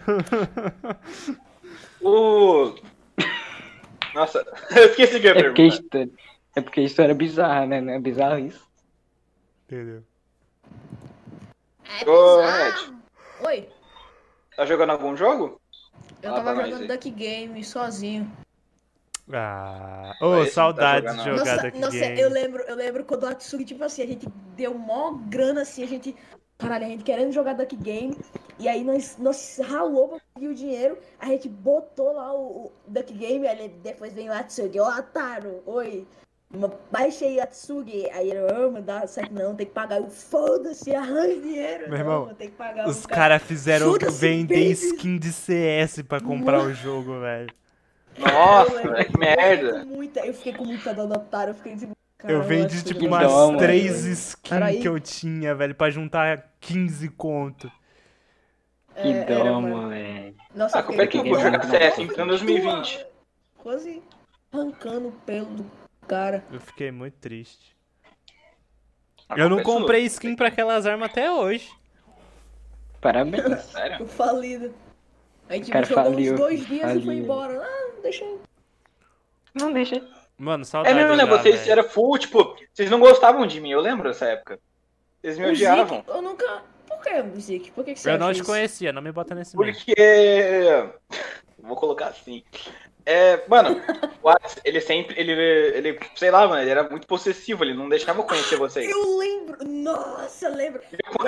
Speaker 3: O. Nossa, *laughs* eu esqueci o que eu ia
Speaker 1: É porque, a
Speaker 3: perguntar.
Speaker 1: história, é porque a história é bizarra, né? Não é bizarro isso?
Speaker 2: Entendeu?
Speaker 4: É
Speaker 3: Ô,
Speaker 4: bizarro. Oi.
Speaker 3: Tá jogando algum jogo?
Speaker 4: Eu
Speaker 3: Ah,
Speaker 4: tava
Speaker 3: pra nós
Speaker 4: jogando
Speaker 3: aí.
Speaker 4: Duck Game sozinho.
Speaker 2: Ah. Ô,
Speaker 3: Mas esse não tá
Speaker 2: saudades de
Speaker 3: jogando, não.
Speaker 2: jogar
Speaker 4: Nossa,
Speaker 2: Duck
Speaker 4: nossa,
Speaker 2: Game.
Speaker 4: eu lembro, eu lembro quando o Atsugi, tipo assim, a gente deu mó grana assim, a gente. Caralho, a gente querendo jogar Duck Game. E aí nós, nós ralou pra conseguir o dinheiro. A gente botou lá o, o Duck Game, aí depois vem o Atsugi, ó, Ataro, oi. ma- Baixei o Atsugi, aí ele, ah, mano, dá certo não, tem que pagar. Eu, Foda-se, arranja dinheiro.
Speaker 2: Meu
Speaker 4: não,
Speaker 2: irmão,
Speaker 4: tem que pagar. um
Speaker 2: Os
Speaker 4: o
Speaker 2: caras fizeram
Speaker 4: Foda-se,
Speaker 2: vender
Speaker 4: baby.
Speaker 2: skin de CS pra comprar o jogo, velho.
Speaker 1: *laughs*
Speaker 3: Nossa,
Speaker 4: Eu-
Speaker 3: velho, que
Speaker 4: Eu
Speaker 3: merda.
Speaker 4: fiquei, com muita, eu fiquei com muita dó do Ataro, eu fiquei tipo.
Speaker 2: Eu
Speaker 4: caramba,
Speaker 2: vendi
Speaker 4: Atsugi,
Speaker 2: tipo
Speaker 4: não
Speaker 1: uma
Speaker 2: umas
Speaker 1: dó, mano.
Speaker 2: três
Speaker 4: Peraí.
Speaker 2: skins que eu tinha, velho, pra juntar 15 conto.
Speaker 1: que
Speaker 4: É, era,
Speaker 1: dó,
Speaker 4: mano.
Speaker 1: moleque.
Speaker 4: Nossa, um
Speaker 3: Ah, como é que eu
Speaker 1: vou jogar
Speaker 3: CS então, em pleno 2020?
Speaker 4: tipo, ah, Quase arrancando o pelo do cara.
Speaker 2: Eu fiquei muito triste.
Speaker 3: Ah,
Speaker 2: Eu não comprei skin pra aquelas armas até hoje.
Speaker 4: *laughs*
Speaker 1: Parabéns.
Speaker 3: Sério?
Speaker 4: Eu falido. A gente
Speaker 1: O cara
Speaker 4: jogou
Speaker 1: faliu,
Speaker 4: uns dois dias e
Speaker 1: faliu.
Speaker 4: foi embora. Ah, deixa eu.
Speaker 1: Não deixa.
Speaker 2: Mano,
Speaker 3: É
Speaker 2: saudade.
Speaker 3: mesmo, né?
Speaker 2: de jogar,
Speaker 3: Vocês
Speaker 2: velho.
Speaker 3: eram full, tipo, vocês não gostavam de mim, eu lembro dessa época. Vocês me
Speaker 4: O Zik,
Speaker 3: odiavam.
Speaker 4: Eu nunca. Por que, Zik? Por que, que você
Speaker 2: Eu não
Speaker 4: acha
Speaker 2: te
Speaker 4: isso?
Speaker 2: conhecia, não me bota nesse meio.
Speaker 3: Porque. *laughs* Vou colocar assim. É,
Speaker 4: *laughs*
Speaker 3: mano, o Alex, ele sempre. Ele, ele, sei lá, mano, ele era muito possessivo, ele não deixava eu conhecer vocês.
Speaker 4: Eu lembro. Nossa, lembro.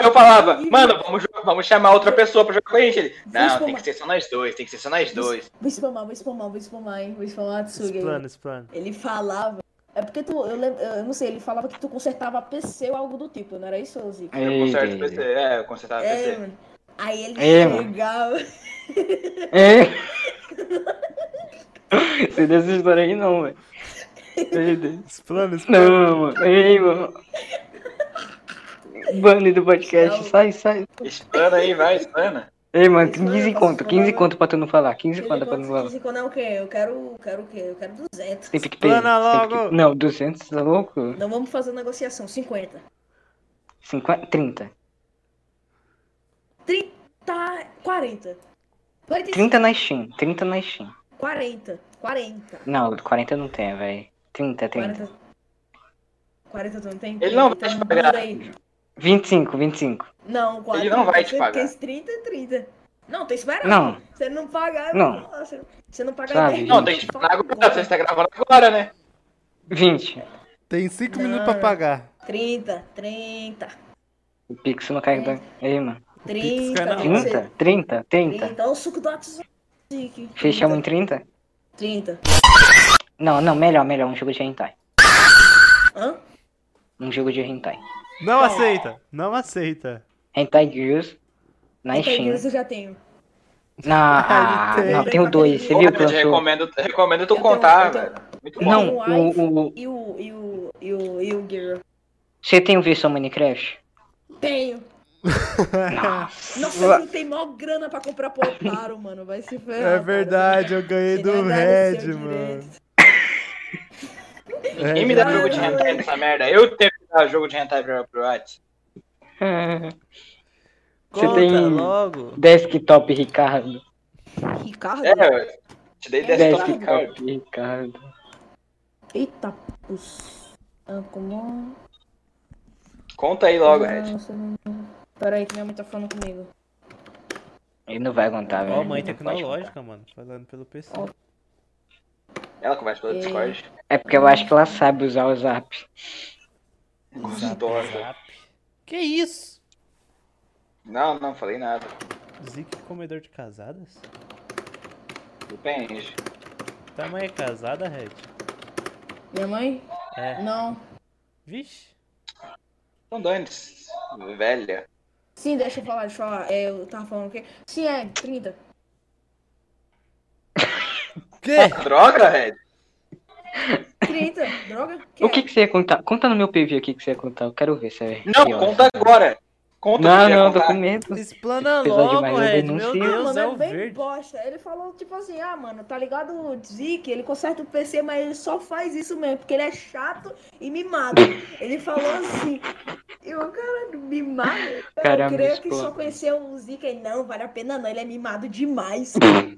Speaker 3: Eu falava, mano, vamos, jo- vamos chamar outra pessoa pra jogar com a gente. Ele, não,
Speaker 4: Desculpa.
Speaker 3: tem que ser só nós dois, tem que ser só nós dois.
Speaker 4: Vou spamar, vou spamar, vou spamar, hein? Vou spamar a Tsugi. aí.
Speaker 2: Explana, explana.
Speaker 4: Ele falava. É porque tu. Eu, lembro, eu não sei, ele falava que tu consertava PC ou algo do tipo, não era isso, Zik?
Speaker 3: Eu conserto o
Speaker 1: Ei,
Speaker 3: PC, é, eu consertava o
Speaker 4: É,
Speaker 3: PC.
Speaker 4: mano. Aí ele
Speaker 1: É, mano.
Speaker 4: chegava.
Speaker 1: É. ei. Sei dessa história aí não, velho. Meu Deus.
Speaker 2: Explana, explana.
Speaker 1: Não, mano. Ei, mano. Bane do podcast,
Speaker 4: Não.
Speaker 1: sai, sai.
Speaker 4: É.
Speaker 3: Explana aí, vai, explana.
Speaker 1: Ei, mano,
Speaker 4: Isso não
Speaker 1: 15
Speaker 4: é
Speaker 1: conto,
Speaker 4: possível,
Speaker 1: 15
Speaker 4: não.
Speaker 1: conto pra tu não falar, 15
Speaker 4: Ele
Speaker 1: conto pra tu não
Speaker 4: conta
Speaker 1: falar.
Speaker 4: 15 quando é o quê? Eu quero, quero o quê? Eu quero 200.
Speaker 1: Tem PicPay. tem
Speaker 2: Plana
Speaker 1: PicPay.
Speaker 2: logo.
Speaker 1: Não, 200, tá louco?
Speaker 4: Não vamos fazer negociação, 50.
Speaker 1: 50, 30.
Speaker 4: 30. 40. 45,
Speaker 1: 30 na Steam, 30 na Steam.
Speaker 4: 40. 40.
Speaker 1: Não, 40 não tem, velho. 30, 30.
Speaker 4: 40. 40 tu não tem?
Speaker 3: Ele não vai
Speaker 4: Então,
Speaker 3: te pagar.
Speaker 4: manda aí.
Speaker 1: 25, 25.
Speaker 4: Não, 40.
Speaker 3: não vai te
Speaker 4: você
Speaker 3: pagar.
Speaker 4: fez 30 e 30. é Não, tem que esperar.
Speaker 1: Não.
Speaker 4: Você não pagar.
Speaker 1: Não.
Speaker 4: Você você não pagar
Speaker 1: Sabe,
Speaker 4: dez,
Speaker 3: Não, tem que
Speaker 4: fala,
Speaker 3: pagar agora. Você tá gravando agora, né?
Speaker 1: 20.
Speaker 2: Tem 5
Speaker 4: Não.
Speaker 2: minutos pra pagar.
Speaker 4: 30, 30,
Speaker 1: O Pix não cai da. Ei, mano.
Speaker 4: 30.
Speaker 2: cai na
Speaker 4: tem que ser
Speaker 1: 30, 30, 30.
Speaker 4: 30. Olha o suco do WhatsApp. Zique.
Speaker 1: Fechamos um em 30?
Speaker 4: 30.
Speaker 1: Não, não, melhor, melhor. Um jogo de hentai.
Speaker 4: Hã?
Speaker 1: Um jogo de hentai.
Speaker 2: Não aceita, não aceita.
Speaker 1: Hentai Girls na
Speaker 4: Então,
Speaker 1: Steam.
Speaker 4: isso eu já tenho.
Speaker 1: Na...
Speaker 2: Ah, ele tem.
Speaker 1: Não, tem o 2, você
Speaker 3: Pô,
Speaker 1: viu
Speaker 3: eu
Speaker 1: que
Speaker 3: te
Speaker 1: lançou?
Speaker 3: recomendo, te recomendo tu
Speaker 4: Eu
Speaker 3: contar,
Speaker 4: tenho- eu
Speaker 3: velho. Muito bom.
Speaker 1: Não, o, o...
Speaker 4: E o. E o. E o. E o Gear.
Speaker 1: Você tem o versão Minecraft?
Speaker 4: Tenho. Nossa,
Speaker 1: Nossa!
Speaker 4: tu tem mó grana pra comprar Poltaro, mano. Vai se ferrar.
Speaker 2: É
Speaker 4: cara.
Speaker 2: verdade, eu ganhei
Speaker 4: Você
Speaker 2: do
Speaker 4: vai dar o
Speaker 2: Red,
Speaker 4: seu
Speaker 2: mano. É
Speaker 4: direito.
Speaker 3: Quem me dá
Speaker 4: Não,
Speaker 3: jogo de
Speaker 4: não,
Speaker 3: hentai
Speaker 4: não.
Speaker 3: nessa merda? Eu tenho que dar jogo de hentai pra pro Watch.
Speaker 1: Você
Speaker 2: Conta
Speaker 1: tem-
Speaker 2: logo.
Speaker 1: Desktop Ricardo.
Speaker 4: Ricardo?
Speaker 3: É, eu te dei
Speaker 4: É,
Speaker 3: desktop,
Speaker 4: desktop.
Speaker 3: cara.
Speaker 1: Desktop Ricardo.
Speaker 4: Eita, pus. Ah, como.
Speaker 3: Conta aí logo, Red.
Speaker 4: Nossa, não- Pera aí, que minha mãe tá falando comigo.
Speaker 1: Ele não vai aguentar, velho.
Speaker 2: Ó, mãe
Speaker 1: Não pode aguentar.
Speaker 2: tecnológica, mano. Falando pelo PC.
Speaker 4: Ó.
Speaker 3: Ela conversa pelo
Speaker 4: É.
Speaker 3: Discord.
Speaker 1: É porque eu acho que ela sabe usar o Zap.
Speaker 3: Gostosa.
Speaker 2: Que isso?
Speaker 3: Não, não falei nada.
Speaker 2: Zic é comedor de casadas?
Speaker 3: Depende.
Speaker 2: Tua mãe é casada, Red?
Speaker 4: Minha mãe?
Speaker 2: É.
Speaker 4: Não.
Speaker 2: Vixe.
Speaker 3: Então dane-se. Velha.
Speaker 4: Sim, deixa eu falar, deixa eu falar. É, eu tava falando o quê? Sim, é, 30. É.
Speaker 2: Que?
Speaker 3: Droga, Red.
Speaker 4: 30, *laughs* droga? é?
Speaker 1: O que, que você ia contar? Conta no meu PV o que, que você ia contar. Eu quero ver se é.
Speaker 3: Não,
Speaker 1: pior.
Speaker 3: conta agora. Conta o
Speaker 1: Não,
Speaker 3: que ia
Speaker 1: não, tô
Speaker 3: contar.
Speaker 1: com medo.
Speaker 2: Explana
Speaker 1: Esse episódio
Speaker 2: logo,
Speaker 1: mais um eu
Speaker 2: Red. Meu
Speaker 1: denuncio.
Speaker 4: Ah,
Speaker 2: Deus,
Speaker 4: mano,
Speaker 2: é
Speaker 4: é
Speaker 2: o
Speaker 4: bem
Speaker 2: verde.
Speaker 4: bosta. Ele falou, tipo assim, ah, mano, tá ligado o Zik? Ele conserta o PC, mas ele só faz isso mesmo, porque ele é chato e mimado. ele falou assim, eu, cara, mimado? Eu
Speaker 1: Caramba,
Speaker 4: creio que
Speaker 1: escola.
Speaker 4: só conheceu o Zik. Ele, não, vale a pena não, ele é
Speaker 1: *laughs*
Speaker 4: mimado demais.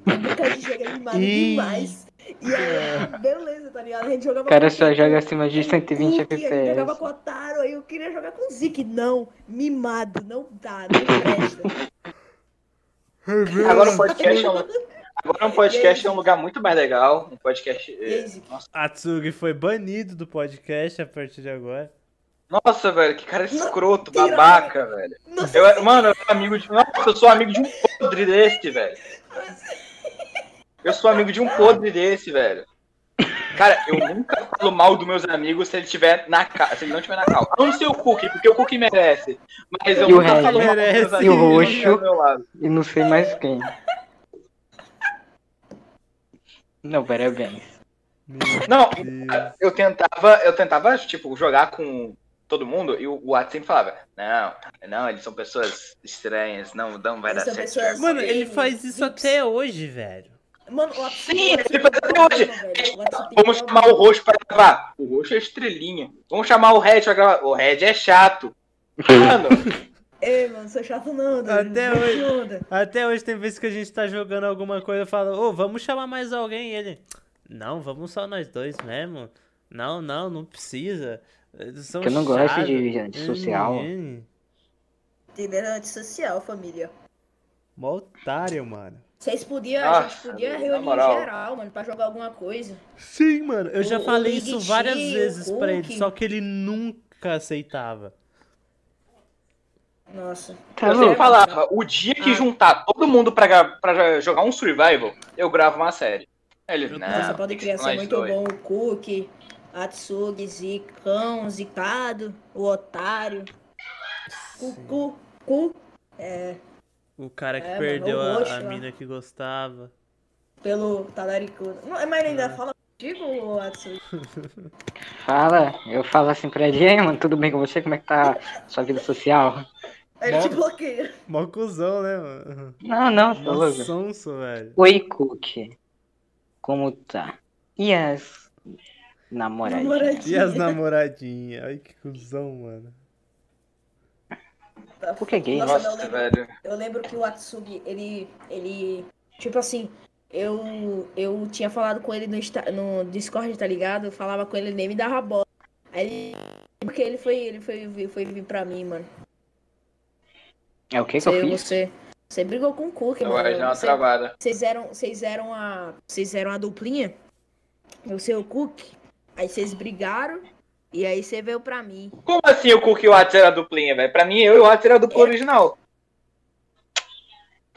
Speaker 4: Nunca de chega, é mimado
Speaker 2: Ih. É.
Speaker 4: demais. E aí, beleza, tá ligado? A gente jogava
Speaker 1: O cara
Speaker 4: com
Speaker 1: só
Speaker 4: Zik,
Speaker 1: joga acima de
Speaker 4: Zik,
Speaker 1: 120
Speaker 4: A gente jogava
Speaker 1: FPS.
Speaker 4: com Otaro, aí eu queria jogar com Zik. Não, mimado, não dá, não presta.
Speaker 1: *laughs*
Speaker 3: Agora o podcast é um...
Speaker 4: *laughs*
Speaker 3: Agora um podcast é um lugar muito mais legal. Um podcast.
Speaker 4: E aí, Zik?
Speaker 2: Atsugi foi banido do podcast a partir de agora.
Speaker 3: Nossa, velho, que cara escroto,
Speaker 4: Mentira,
Speaker 3: babaca, velho.
Speaker 4: Nossa,
Speaker 3: Eu, mano, eu sou amigo de. Nossa, eu sou amigo de um podre desse, velho. Eu sou amigo de um podre desse, velho. Cara, eu nunca falo mal dos meus amigos se ele tiver na ca... se ele não tiver na calma. Não sei o Cookie, porque o Cookie merece. Mas eu
Speaker 1: E o
Speaker 3: nunca
Speaker 1: Red?
Speaker 3: falo mal dos meus
Speaker 2: Merece.
Speaker 3: amigos.
Speaker 1: E o
Speaker 3: se ele não tiver
Speaker 1: Roxo?
Speaker 3: do meu lado.
Speaker 1: E não sei mais quem. Não, parabéns.
Speaker 2: Meu
Speaker 3: Não,
Speaker 2: Deus.
Speaker 3: eu tentava, eu tentava, tipo, jogar com todo mundo e o Watt sempre falava, não, não, eles são pessoas estranhas, não, não vai
Speaker 4: Eles
Speaker 3: dar
Speaker 4: são
Speaker 3: certo.
Speaker 4: pessoas-
Speaker 2: Mano, ele faz isso até hoje, velje
Speaker 4: Mano, o
Speaker 3: Sim,
Speaker 4: Atsuki-
Speaker 3: ele faz até hoje.
Speaker 4: velho. O é Atsuki
Speaker 3: Vamos
Speaker 4: tem
Speaker 3: chamar o roxo pra gravar. O roxo é estrelinha. Vamos chamar o Red pra gravar. O Red é chato. Mano,
Speaker 4: *laughs* Ei, mano, sou chato não, Dudu.
Speaker 2: Até
Speaker 4: Me
Speaker 2: hoje.
Speaker 4: ajuda.
Speaker 2: Até hoje tem vezes que a gente tá jogando alguma coisa e fala, ô, vamos chamar mais alguém. E ele, não, vamos só nós dois mesmo. Não, não, não precisa. Eles são
Speaker 1: Eu não gosto
Speaker 2: chatos."
Speaker 1: de- de social.
Speaker 2: Hum,
Speaker 4: Itinerante social, família.
Speaker 2: Mó otário, mano.
Speaker 4: Vocês podiam, a gente
Speaker 3: Nossa,
Speaker 4: podia
Speaker 3: Ah, na
Speaker 4: reunir
Speaker 3: moral.
Speaker 4: geral, mano, pra jogar alguma coisa.
Speaker 2: Sim, mano. Eu já
Speaker 4: O- o
Speaker 2: falei
Speaker 4: Big
Speaker 2: isso várias
Speaker 4: T, o
Speaker 2: vezes pra ele,
Speaker 4: Hulk.
Speaker 2: só que ele nunca aceitava.
Speaker 4: Nossa.
Speaker 1: Tá
Speaker 3: eu sempre
Speaker 1: louco?
Speaker 3: falava, o dia que juntar todo mundo pra, gra- pra gra- jogar um survival, eu gravo uma série. Aí Ele, não,
Speaker 4: Nossa, pode
Speaker 3: tem que
Speaker 4: criar
Speaker 3: ser
Speaker 4: ser muito
Speaker 3: dois.
Speaker 4: bom. O Cook, Atsugi, Zicão, Zicado, o Otário, Cucu,
Speaker 2: O
Speaker 4: Cu,
Speaker 2: né? cara que
Speaker 4: É, mano,
Speaker 2: perdeu
Speaker 4: o
Speaker 2: a,
Speaker 4: roxo
Speaker 2: a
Speaker 4: lá.
Speaker 2: mina que gostava.
Speaker 4: pelo Talaricudo. Não, mas ele
Speaker 2: Ah.
Speaker 4: ainda fala contigo, Atsugi.
Speaker 1: Fala, eu falo assim pra ele, "E aí, mano, tudo bem com você? Como é que tá a sua vida social?
Speaker 4: Ele tipo, te
Speaker 2: Bom.
Speaker 4: bloqueia.
Speaker 2: Mó cuzão, né, mano?
Speaker 1: Não, não, tá
Speaker 2: Mó
Speaker 1: louco.
Speaker 2: sonso, velho.
Speaker 1: Oi, Cook. Como tá? E as namoradinhas?
Speaker 2: E as *laughs*
Speaker 4: Namoradinha.
Speaker 2: namoradinhas? Ai, que cuzão, mano.
Speaker 4: Tá.
Speaker 1: Porque é gay,
Speaker 4: Nossa,
Speaker 1: né?
Speaker 4: não,
Speaker 3: Nossa,
Speaker 4: lembro.
Speaker 3: velho.
Speaker 4: Eu lembro que o Atsugi, ele. ele. Tipo assim, eu. Eu tinha falado com ele no, Insta- no Discord, tá ligado? Eu falava com ele, ele nem me dava bola. Aí ele. Porque ele foi. Ele foi, vir- foi vir pra mim, mano.
Speaker 1: É o que que
Speaker 4: Você,
Speaker 1: eu fiz?
Speaker 4: você. Você brigou com o Cook,
Speaker 3: Eu
Speaker 4: mano.
Speaker 3: acho é uma
Speaker 4: Você- é
Speaker 3: travada.
Speaker 4: Vocês eram, vocês eram a, vocês eram a duplinha, eu sei o Cook, aí vocês brigaram e aí você veio pra mim.
Speaker 3: Como assim o Cook e o Watts era duplinha, velho? Pra mim, eu e o Watts era a
Speaker 4: É.
Speaker 3: dupla original.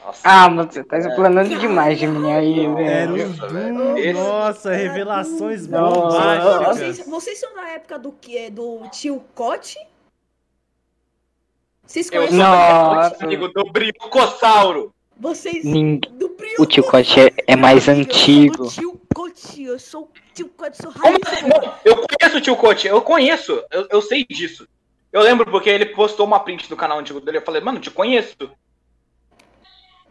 Speaker 3: Nossa. É.
Speaker 1: Ah, mano, você tá explanando demais de mim aí,
Speaker 2: Era
Speaker 1: velho.
Speaker 2: os
Speaker 3: Nossa, velho.
Speaker 2: dois.
Speaker 3: Esse- é
Speaker 2: Nossa, revelações
Speaker 1: Nossa.
Speaker 2: bombásticas.
Speaker 4: Vocês, vocês são da época do que do tio Cote? Vocês
Speaker 3: Eu
Speaker 4: conhecem
Speaker 3: sou um
Speaker 1: Não.
Speaker 4: o
Speaker 1: Nossa.
Speaker 4: Cote?
Speaker 3: amigo do Briocossauro.
Speaker 4: Vocês
Speaker 1: Ninguém.
Speaker 4: do Brio
Speaker 1: Hum. O tio Cote é, é mais
Speaker 4: Eu sou
Speaker 1: antigo.
Speaker 4: do tio Cote, eu sou o tio Cote, sou
Speaker 3: Como
Speaker 4: raiz.
Speaker 3: assim? Não, eu conheço o tio Cote, eu conheço, eu, eu sei disso. Eu lembro porque ele postou uma print do canal antigo dele, eu falei, mano, te conheço.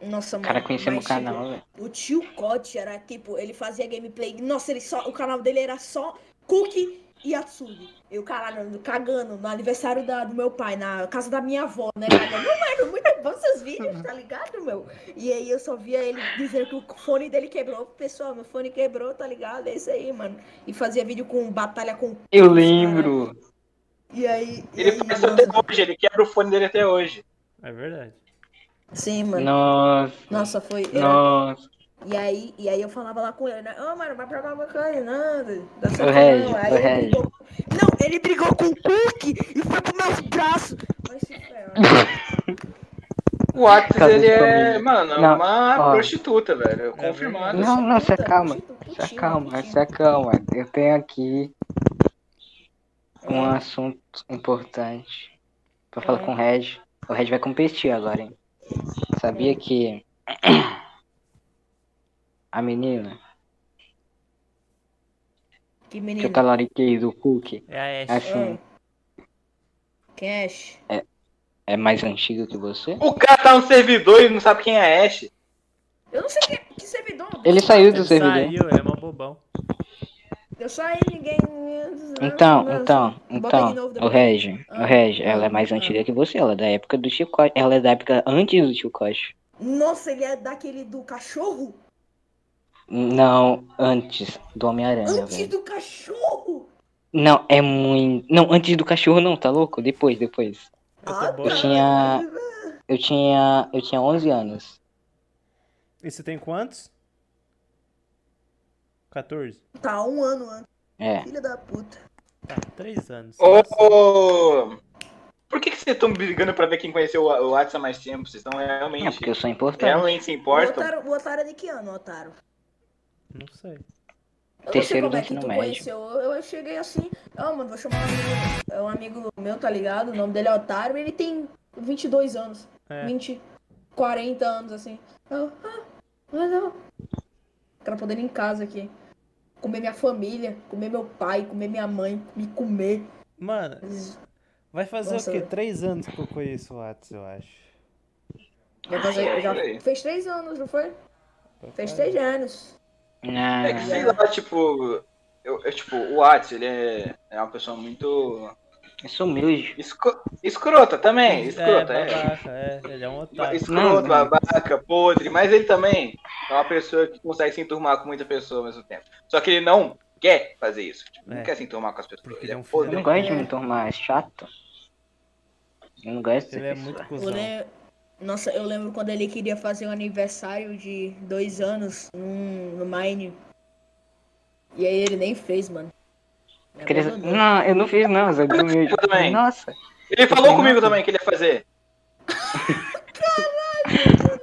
Speaker 4: Nossa, mano.
Speaker 1: Cara, conhecemos o
Speaker 4: mas, tipo,
Speaker 1: canal, velho.
Speaker 4: O tio Cote era tipo, ele fazia gameplay. Nossa, ele só. O canal dele era só Cook e Atsugi. Eu, caralho, cagando no aniversário da, do meu pai, na casa da minha avó, né? Cagando, mano, muito bom seus vídeos, tá ligado, meu? E aí eu só via ele dizer que o fone dele quebrou. Pessoal, meu fone quebrou, tá ligado? É isso aí, mano. E fazia vídeo com batalha com.
Speaker 1: Eu lembro.
Speaker 4: E aí. e
Speaker 3: Ele
Speaker 4: aí,
Speaker 3: faz
Speaker 4: nossa.
Speaker 3: até hoje, ele quebra o fone dele até hoje.
Speaker 2: É verdade.
Speaker 4: Sim, mano.
Speaker 1: Nossa,
Speaker 4: Nossa, foi. era-
Speaker 1: nossa.
Speaker 4: E aí, e aí eu falava lá com ele, né? Ô, mano, vai provar uma coisa, não. Dá certo,
Speaker 1: Eu rejo,
Speaker 4: não. Aí
Speaker 1: eu
Speaker 4: ele
Speaker 1: rejo.
Speaker 4: brigou- Não, ele brigou com o Cook e foi pro meus braços. Mas se ferrar, né?
Speaker 3: O Watts,
Speaker 1: Casa de
Speaker 3: ele é,
Speaker 1: família.
Speaker 3: mano, é
Speaker 1: Não,
Speaker 3: uma
Speaker 1: ó. É
Speaker 3: prostituta, velho. Confirmado.
Speaker 1: Não, não, é se acalma.
Speaker 4: Putinho,
Speaker 1: Se
Speaker 4: putinho,
Speaker 1: acalma,
Speaker 4: putinho.
Speaker 1: se acalma. Eu tenho aqui um assunto importante pra falar com o Red. O Red vai competir agora, hein? Sabia que a menina é
Speaker 4: Que
Speaker 1: que eu
Speaker 4: menino. Hum.
Speaker 1: talariquei do Cook,
Speaker 2: É a Ashe.
Speaker 1: assim,
Speaker 4: Cash.
Speaker 1: é mais antiga que você?
Speaker 3: O cara tá no servidor e não sabe quem é Ash.
Speaker 4: Eu não sei que, que servidor.
Speaker 1: Ele saiu do
Speaker 2: Ele
Speaker 1: servidor.
Speaker 2: saiu, ele é mó bobão.
Speaker 4: Eu saí, ninguém.
Speaker 1: Então,
Speaker 4: Nossa.
Speaker 1: então,
Speaker 4: Bota aí de
Speaker 1: então,
Speaker 4: novo
Speaker 1: o
Speaker 4: depois.
Speaker 1: Reg, o
Speaker 4: Ah.
Speaker 1: Reg, ela é mais
Speaker 4: Ah.
Speaker 1: antiga que você, ela é da época do Chicote, ela é da época antes do Chicote.
Speaker 4: Nossa, ele é daquele do cachorro?
Speaker 1: Não, antes do Homem-Aranha,
Speaker 4: Antes
Speaker 1: velho.
Speaker 4: do cachorro!
Speaker 1: Não, é muito. Não, antes do cachorro não, tá louco? Depois, depois.
Speaker 2: Eu
Speaker 4: Ah,
Speaker 2: tô
Speaker 1: Eu
Speaker 2: bobo.
Speaker 1: tinha. Eu tinha. Eu tinha 11 anos.
Speaker 2: E você tem quantos? 14?
Speaker 4: Tá, um ano antes.
Speaker 1: É.
Speaker 4: Filha da puta.
Speaker 2: Tá, 3 anos.
Speaker 3: Ô!
Speaker 2: Nossa.
Speaker 3: Por que que vocês estão brigando pra ver quem conheceu o o Watts há mais tempo? Vocês estão
Speaker 1: É
Speaker 3: realmente.
Speaker 1: porque eu sou importante.
Speaker 3: Realmente se
Speaker 4: O
Speaker 3: importam?
Speaker 4: otário, o otário é de que ano, otário?
Speaker 2: Não sei.
Speaker 4: Eu não sei
Speaker 1: Terceiro
Speaker 4: como
Speaker 1: do
Speaker 4: é que
Speaker 1: ensino
Speaker 4: tu
Speaker 1: médio.
Speaker 4: conheceu. Eu, eu cheguei assim, ah, mano, vou chamar um amigo, é um amigo meu, tá ligado? O nome dele é Otário, ele tem 22 anos,
Speaker 2: É.
Speaker 4: 20, 40 anos, assim. Eu, ah, mas não. Cara podendo ir em casa aqui. Comer minha família, comer meu pai, comer minha mãe, me comer.
Speaker 2: Mano, vai fazer
Speaker 4: Nossa.
Speaker 2: o quê? 3 anos que eu conheço o Atos, eu acho.
Speaker 4: Já fazer,
Speaker 3: é,
Speaker 4: já
Speaker 3: por aí.
Speaker 4: fez três anos, não foi? Fez três anos.
Speaker 3: É que sei
Speaker 1: Não,
Speaker 3: lá, tipo. Eu, eu, tipo, o Watts, ele é, é uma pessoa muito.
Speaker 1: eu sou humilde.
Speaker 3: esco- escrota também. Escrota, é.
Speaker 2: babaca, é. Ele é um otário.
Speaker 1: Não,
Speaker 3: Escroto,
Speaker 1: não.
Speaker 3: babaca, podre, mas ele também é uma pessoa que consegue se enturmar com muita pessoa ao mesmo tempo. Só que ele não quer fazer isso. Tipo, Não
Speaker 2: É.
Speaker 3: quer se enturmar com as pessoas.
Speaker 2: Porque
Speaker 3: ele
Speaker 2: ele
Speaker 3: é
Speaker 2: é um
Speaker 1: Eu não
Speaker 3: podre.
Speaker 2: filho
Speaker 1: gosto de me tornar chato. Eu não gosto
Speaker 2: Ele
Speaker 1: de
Speaker 2: é muito
Speaker 4: Eu
Speaker 2: cuzão.
Speaker 4: lem- Nossa, eu lembro quando ele queria fazer um aniversário de dois anos num- no Mine. E aí ele nem fez, mano. Me
Speaker 1: Criança...
Speaker 2: né?
Speaker 4: abandonou.
Speaker 1: Não, eu não fiz
Speaker 2: *laughs*
Speaker 1: não, eu sou humilde.
Speaker 3: Eu também.
Speaker 1: Nossa.
Speaker 3: Ele é um falou
Speaker 1: Nossa.
Speaker 3: comigo também que ele ia fazer.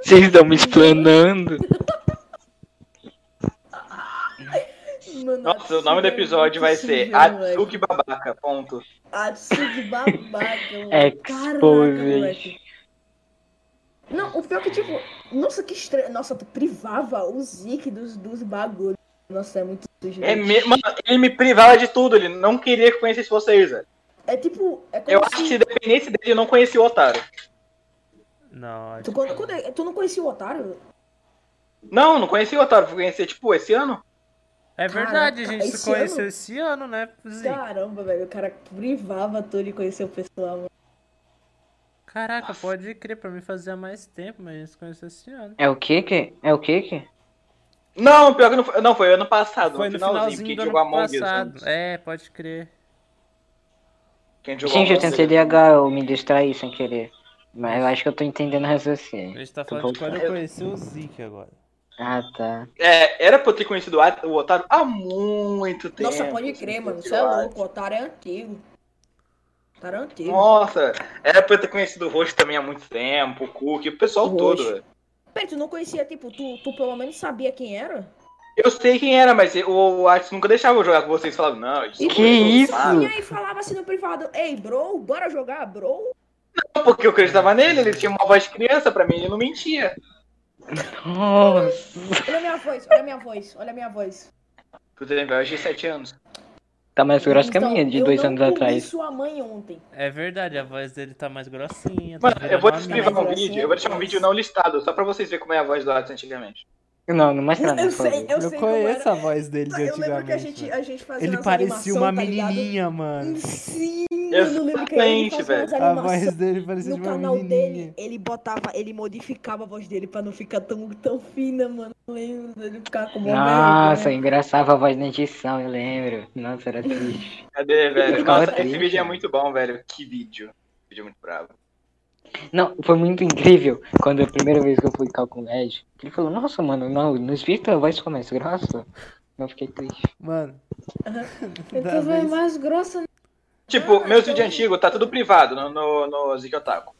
Speaker 1: Vocês estão me explanando.
Speaker 4: Mano,
Speaker 3: Nossa, o nome do
Speaker 4: Atsugi é
Speaker 3: episódio
Speaker 4: muito
Speaker 3: vai ser
Speaker 4: sujeira, moleque.
Speaker 3: Atsuki Babaca, ponto.
Speaker 4: Atsugi babaca, mano. Caraca,
Speaker 1: Exposed.
Speaker 4: moleque. Não, o pior que, tipo, nossa, que estranho. Nossa, tu privava o Zik dos, dos bagulhos. Nossa, é muito sujeira.
Speaker 3: É me- Mano, ele me privava de tudo, ele não queria que eu conhecesse vocês, velho.
Speaker 4: É tipo, é como
Speaker 3: Eu
Speaker 4: se...
Speaker 3: acho que se dependesse dele, eu não conhecia o Otário.
Speaker 2: Não, acho
Speaker 4: Tu, quando, quando- tu não conhecia o otário?
Speaker 3: Não, não conhecia o Otário, fui conhecer, tipo, esse ano.
Speaker 2: É verdade, a
Speaker 4: Caraca,
Speaker 2: gente se
Speaker 4: esse
Speaker 2: conheceu
Speaker 4: ano? Tá.
Speaker 2: esse ano, né, Zinho?
Speaker 4: Caramba, velho, o cara privava tu de conhecer o pessoal, mano.
Speaker 2: Caraca, pode crer, pra mim fazia mais tempo, mas a gente se conheceu esse ano.
Speaker 1: É o que que? É o que que?
Speaker 3: Não, pior que não foi. Não, foi ano passado,
Speaker 2: Foi
Speaker 3: Ah,
Speaker 2: no
Speaker 3: no finalzinho,
Speaker 2: finalzinho
Speaker 3: porque
Speaker 2: do
Speaker 3: jogou
Speaker 2: ano
Speaker 3: Among Us. né?
Speaker 2: passado.
Speaker 3: antes.
Speaker 2: É, pode crer.
Speaker 3: Quem jogou
Speaker 1: Gente, eu
Speaker 3: Among Us,
Speaker 1: tentei DH, eu me distraí sem querer. Mas eu acho que eu tô entendendo o
Speaker 2: A
Speaker 1: raciocínio.
Speaker 2: gente tá
Speaker 1: Tô
Speaker 2: falando de quando eu
Speaker 1: voltando.
Speaker 2: conheci o Zik agora.
Speaker 1: Ah, tá.
Speaker 3: É, era pra eu ter conhecido o At- o Otário há muito tempo.
Speaker 4: Nossa, pode crer, mano. Você é louco, o otário é antigo. O otário é antigo.
Speaker 3: Nossa, era pra eu ter conhecido o Roxo também há muito tempo, o Cook, o pessoal
Speaker 4: O
Speaker 3: todo.
Speaker 4: Roxo.
Speaker 3: velho.
Speaker 4: Pera, tu não conhecia, tipo, tu, tu pelo menos sabia quem era?
Speaker 3: Eu sei quem era, mas o o Atos nunca deixava eu jogar com vocês. Falava, não, isso
Speaker 1: Que
Speaker 4: Tipo,
Speaker 3: não é
Speaker 1: isso?
Speaker 3: saudável.
Speaker 4: E aí falava assim no privado, ei, bro, bora jogar, bro?
Speaker 3: Porque eu acreditava nele, ele tinha uma voz de criança, pra mim ele não mentia.
Speaker 1: Nossa.
Speaker 4: Olha a minha voz, olha a minha voz, olha a minha voz.
Speaker 3: Tu tem voz de 7 anos.
Speaker 1: Tá mais grossa que a
Speaker 4: Então,
Speaker 1: minha de
Speaker 4: eu
Speaker 1: dois
Speaker 4: não
Speaker 1: anos
Speaker 4: comi
Speaker 1: atrás.
Speaker 4: sua mãe ontem.
Speaker 2: É verdade, a voz dele tá mais grossinha. tá
Speaker 3: Mano, eu
Speaker 2: virando
Speaker 3: vou
Speaker 2: uma
Speaker 3: descrever
Speaker 2: mina.
Speaker 3: um
Speaker 4: Mas
Speaker 3: vídeo, eu
Speaker 4: você-
Speaker 2: assim,
Speaker 3: vou deixar um vídeo não listado, só pra vocês verem como é a voz do Atos antigamente.
Speaker 1: Não, Ah, não mostra nada.
Speaker 4: Eu
Speaker 1: por favor.
Speaker 4: sei, eu
Speaker 2: Eu
Speaker 4: sei como
Speaker 2: conheço
Speaker 4: era.
Speaker 2: a voz dele de
Speaker 4: Eu lembro que a
Speaker 2: antigamente.
Speaker 4: gente,
Speaker 2: né?
Speaker 4: a gente fazia
Speaker 2: Ele
Speaker 4: umas
Speaker 2: parecia
Speaker 4: animação,
Speaker 2: uma
Speaker 4: tá ligado?
Speaker 2: menininha, mano.
Speaker 4: Sim, eu não lembro que ele
Speaker 3: Exatamente,
Speaker 4: fazia umas
Speaker 3: velho.
Speaker 2: A
Speaker 4: animações.
Speaker 2: voz dele parecia
Speaker 4: No
Speaker 2: de uma
Speaker 4: canal
Speaker 2: menininha.
Speaker 4: dele, ele botava, ele modificava a voz dele pra não ficar tão, tão fina, mano. Não lembro dele ficar com uma
Speaker 5: Ah,
Speaker 1: Nossa,
Speaker 4: vergonha.
Speaker 1: engraçava a voz na edição, eu lembro. Nossa, era triste.
Speaker 3: Cadê, velho?
Speaker 1: Ficava
Speaker 3: Nossa, esse
Speaker 1: triste.
Speaker 3: vídeo é muito bom, velho. Que vídeo. Esse vídeo é muito bravo.
Speaker 1: Não, foi muito incrível quando a primeira vez que eu fui cá com o Ed, ele falou, nossa, mano, não, nos Victor a voz ficou mais grossa. Eu fiquei triste.
Speaker 2: Mano. *laughs*
Speaker 4: Eu
Speaker 2: da
Speaker 4: tô vendo
Speaker 2: vez-
Speaker 4: Então mais grossa. né?
Speaker 3: Tipo,
Speaker 4: Ah,
Speaker 3: meus
Speaker 4: então-
Speaker 3: vídeos antigos tá tudo privado no, no, no Ziki Otaku.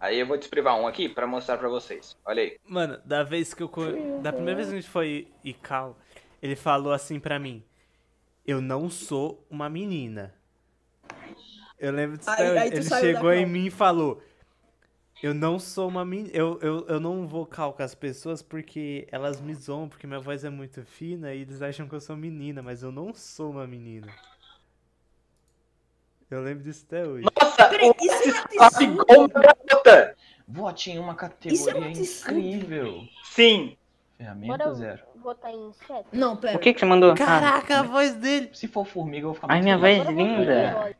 Speaker 3: Aí eu vou desprivar um aqui pra mostrar pra vocês. Olha aí.
Speaker 2: Mano, da vez que eu. co- Da primeira vez que a gente foi Ical, ele falou assim pra mim: Eu não sou uma menina. Eu lembro disso.
Speaker 4: Aí-
Speaker 2: até hoje.
Speaker 4: aí tu
Speaker 2: ele
Speaker 4: saiu
Speaker 2: chegou
Speaker 4: da
Speaker 2: em
Speaker 4: cal.
Speaker 2: mim e falou: Eu não sou uma menina. Eu, eu, eu não vou cal com as pessoas porque elas me zoam, porque minha voz é muito fina e eles acham que eu sou menina, mas eu não sou uma menina. Eu lembro disso até hoje.
Speaker 3: Nossa,
Speaker 4: Peraí,
Speaker 3: o
Speaker 4: isso é
Speaker 3: Atis
Speaker 4: um
Speaker 3: tá
Speaker 4: absurdo.
Speaker 3: igual uma garota.
Speaker 5: Vote em uma
Speaker 4: Isso é um
Speaker 5: categoria
Speaker 4: absurdo.
Speaker 5: incrível.
Speaker 3: Sim.
Speaker 5: Ferramenta
Speaker 6: Bora
Speaker 5: zero.
Speaker 6: botar em inseto?
Speaker 4: Não, pera.
Speaker 1: O que que você mandou? Ah,
Speaker 2: Caraca, a voz dele!
Speaker 5: Se for formiga, eu vou ficar
Speaker 1: Ai,
Speaker 5: muito
Speaker 1: minha
Speaker 5: feliz.
Speaker 1: voz
Speaker 6: Bora botar em
Speaker 1: linda.
Speaker 6: herói.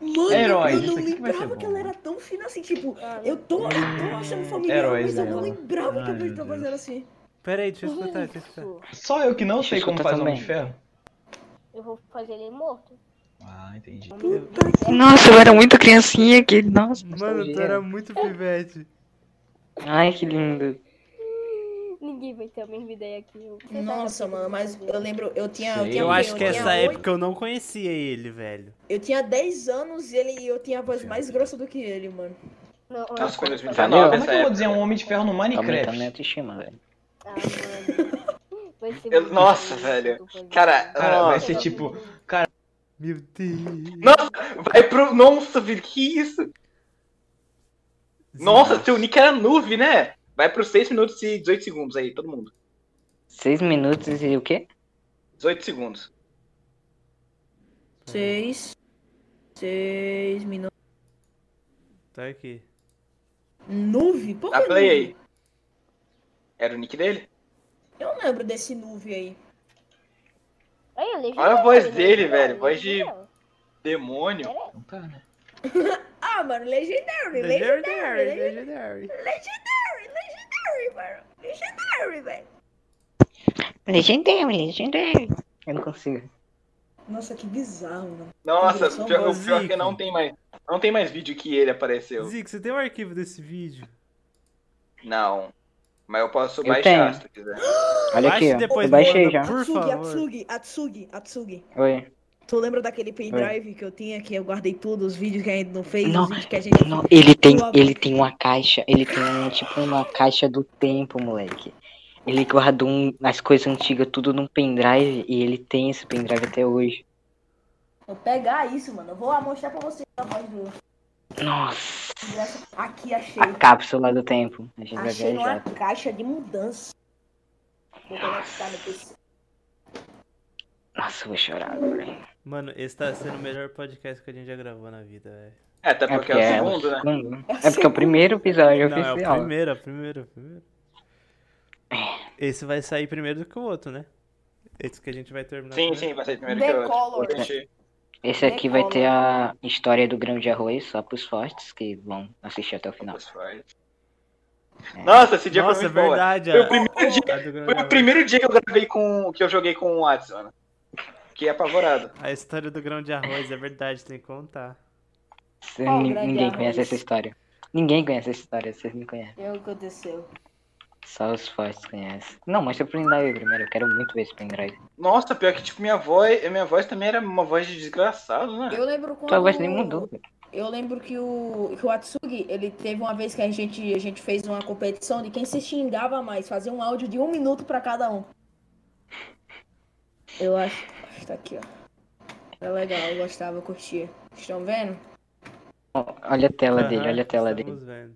Speaker 4: Mano,
Speaker 5: Heróis,
Speaker 4: eu não
Speaker 5: isso aqui vai ser
Speaker 4: lembrava que
Speaker 5: bom. né? Hum,
Speaker 4: ela era tão fina assim, tipo,
Speaker 2: Ah,
Speaker 6: Cara,
Speaker 4: eu tô, eu tô achando familiar,
Speaker 5: Heróis
Speaker 4: mas eu não
Speaker 5: dela.
Speaker 4: lembrava que a
Speaker 5: Ai,
Speaker 4: pessoa
Speaker 5: meu
Speaker 4: tava fazendo
Speaker 5: Deus.
Speaker 4: assim.
Speaker 2: Pera aí, deixa eu escutar, deixa eu escutar.
Speaker 6: isso.
Speaker 5: Só eu que não
Speaker 1: Deixa eu
Speaker 5: sei como
Speaker 1: escutar
Speaker 5: faz Homem de
Speaker 1: também.
Speaker 5: Ferro.
Speaker 6: Eu vou fazer ele morto.
Speaker 1: é
Speaker 5: Ah, entendi.
Speaker 4: Puta que
Speaker 1: Nossa, eu era muito criancinha que. Nossa,
Speaker 2: Mano, tu
Speaker 1: nostalgia.
Speaker 2: era muito pivete.
Speaker 1: Ai, que lindo.
Speaker 6: Ninguém vai ter a mesma ideia que eu. Você tá sabe
Speaker 4: Nossa,
Speaker 6: o que eu
Speaker 4: mano,
Speaker 6: vou
Speaker 4: mas
Speaker 6: fazer.
Speaker 4: eu lembro, eu tinha.
Speaker 5: Sei.
Speaker 4: Eu, tinha
Speaker 2: Eu
Speaker 4: o quê?
Speaker 2: acho que
Speaker 4: eu
Speaker 2: essa
Speaker 4: tinha oito-
Speaker 2: época eu não conhecia ele, velho.
Speaker 4: Eu tinha 10 anos e ele, eu tinha a voz mais grossa do que ele, mano.
Speaker 6: Não, olha
Speaker 3: Nossa,
Speaker 6: só.
Speaker 3: foi em
Speaker 1: Valeu.
Speaker 3: 2019
Speaker 5: Como é
Speaker 3: essa
Speaker 5: que eu vou
Speaker 3: época.
Speaker 5: dizer um Homem de Ferro no
Speaker 1: Aumenta minha
Speaker 5: Minecraft?
Speaker 1: autoestima, velho.
Speaker 6: Ah, mano. Vai ser
Speaker 3: Eu-
Speaker 6: muito
Speaker 3: nossa,
Speaker 6: difícil
Speaker 3: velho.
Speaker 6: eu fazer.
Speaker 3: Cara,
Speaker 5: Cara, vai
Speaker 3: nossa.
Speaker 5: ser tipo.
Speaker 2: Meu Deus.
Speaker 3: Nossa, vai pro. Nossa, filho, que isso? Nossa, seu nick era nuvem, né? Vai pro 6 minutos e 18 segundos aí, todo mundo.
Speaker 1: Seis minutos e o quê?
Speaker 3: 18 segundos.
Speaker 4: 6. 6 minutos.
Speaker 2: Tá aqui.
Speaker 4: Nuve? Por
Speaker 5: Tá,
Speaker 3: Dá
Speaker 4: que
Speaker 3: play
Speaker 4: nuve?
Speaker 3: aí. Era o nick dele?
Speaker 4: Eu não lembro desse nuve aí.
Speaker 6: Aí, ele já
Speaker 3: Olha a
Speaker 6: tá
Speaker 3: voz
Speaker 6: vendo,
Speaker 3: dele,
Speaker 6: ele já
Speaker 3: velho,
Speaker 6: tá
Speaker 3: voz
Speaker 6: vendo.
Speaker 3: Demônio.
Speaker 5: Então tá, né?
Speaker 4: Ah, mano, Legendary, Legendary,
Speaker 2: Legendary,
Speaker 4: Legendary,
Speaker 2: legendary.
Speaker 4: Legendary, mano. Legendary, velho.
Speaker 1: Legendário, legendário. Eu não consigo.
Speaker 4: Nossa, que bizarro, mano.
Speaker 3: Nossa,
Speaker 4: São
Speaker 3: pior- o pior
Speaker 2: Bozique.
Speaker 3: que não tem mais. Não tem mais vídeo que ele apareceu.
Speaker 2: Zico, você tem um arquivo desse vídeo?
Speaker 3: Não. Mas eu posso
Speaker 1: Eu
Speaker 3: baixar
Speaker 1: tenho.
Speaker 3: se tu quiser.
Speaker 1: Olha
Speaker 2: Baixe
Speaker 1: aqui, ó.
Speaker 2: depois,
Speaker 1: Eu baixei
Speaker 2: manda.
Speaker 1: já.
Speaker 2: Por
Speaker 4: Atsugi,
Speaker 2: favor.
Speaker 4: Atsugi, Atsugi, Atsugi.
Speaker 1: Oi.
Speaker 4: Tu lembra daquele pendrive que eu tinha que eu guardei tudo, os vídeos que a gente não fez,
Speaker 1: Não,
Speaker 4: os vídeos que a gente.
Speaker 1: Não, ele tem, ele tem uma caixa, ele tem um, tipo uma caixa do tempo, moleque. Ele guardou um- as coisas antigas tudo num pendrive e ele tem esse pendrive até hoje.
Speaker 4: Vou pegar isso, mano. Eu vou mostrar pra vocês a voz do.
Speaker 1: Nossa,
Speaker 4: Aqui, achei.
Speaker 1: a cápsula do tempo. A gente Ah,
Speaker 2: Ah,
Speaker 1: vai
Speaker 4: Achei numa
Speaker 1: viajar.
Speaker 4: caixa de mudança. Vou conectar no PC.
Speaker 1: Nossa, eu vou chorar agora. hein.
Speaker 2: Mano, esse tá sendo o melhor podcast que a gente já gravou na vida, velho.
Speaker 3: É, até
Speaker 1: É
Speaker 3: porque é, o segundo, né?
Speaker 1: segundo, né?
Speaker 4: É o
Speaker 1: É porque é o primeiro episódio
Speaker 2: Não, é o
Speaker 1: oficial.
Speaker 2: primeiro, é o primeiro, é o primeiro. Esse vai sair primeiro do que o outro, né? Esse que a gente vai terminar.
Speaker 3: Sim,
Speaker 2: primeiro.
Speaker 3: sim, vai ser primeiro
Speaker 4: The
Speaker 3: que eu.
Speaker 4: Color.
Speaker 3: Gente,
Speaker 1: Esse aqui vai ter a história do grão de arroz, só pros fortes que vão assistir até o final.
Speaker 3: Nossa, esse dia
Speaker 2: Nossa, é
Speaker 3: foi muito bom.
Speaker 2: verdade. né,
Speaker 3: Foi
Speaker 2: a-
Speaker 3: o primeiro dia,
Speaker 2: a do Grande
Speaker 3: foi o
Speaker 2: Arroz.
Speaker 3: primeiro dia que eu gravei com. que eu joguei com o Watson. né? Fiquei apavorado.
Speaker 2: A história do grão de arroz, é verdade, tem que contar.
Speaker 6: Qual
Speaker 1: Ni-
Speaker 6: grande
Speaker 1: Ninguém
Speaker 6: arroz?
Speaker 1: conhece essa história. Ninguém conhece essa história, vocês não conhecem.
Speaker 4: É o que aconteceu.
Speaker 1: Só os fortes conhecem. Não, mostra o pendrive primeiro, eu quero muito ver esse pendrive.
Speaker 3: Nossa, pior que tipo, minha voz. Minha voz também era uma voz de desgraçado, né?
Speaker 4: Eu lembro quando.
Speaker 1: Tua voz nem mudou.
Speaker 4: Eu lembro que o, que o Atsugi, ele teve uma vez que a gente, a gente fez uma competição de quem se xingava mais, fazer um áudio de um minuto pra cada um. Eu acho. acho que Tá aqui, ó. É legal, eu gostava, eu curtia. Estão vendo?
Speaker 1: Olha a tela
Speaker 2: Aham,
Speaker 1: dele, olha a tela dele.
Speaker 2: estamos Vendo.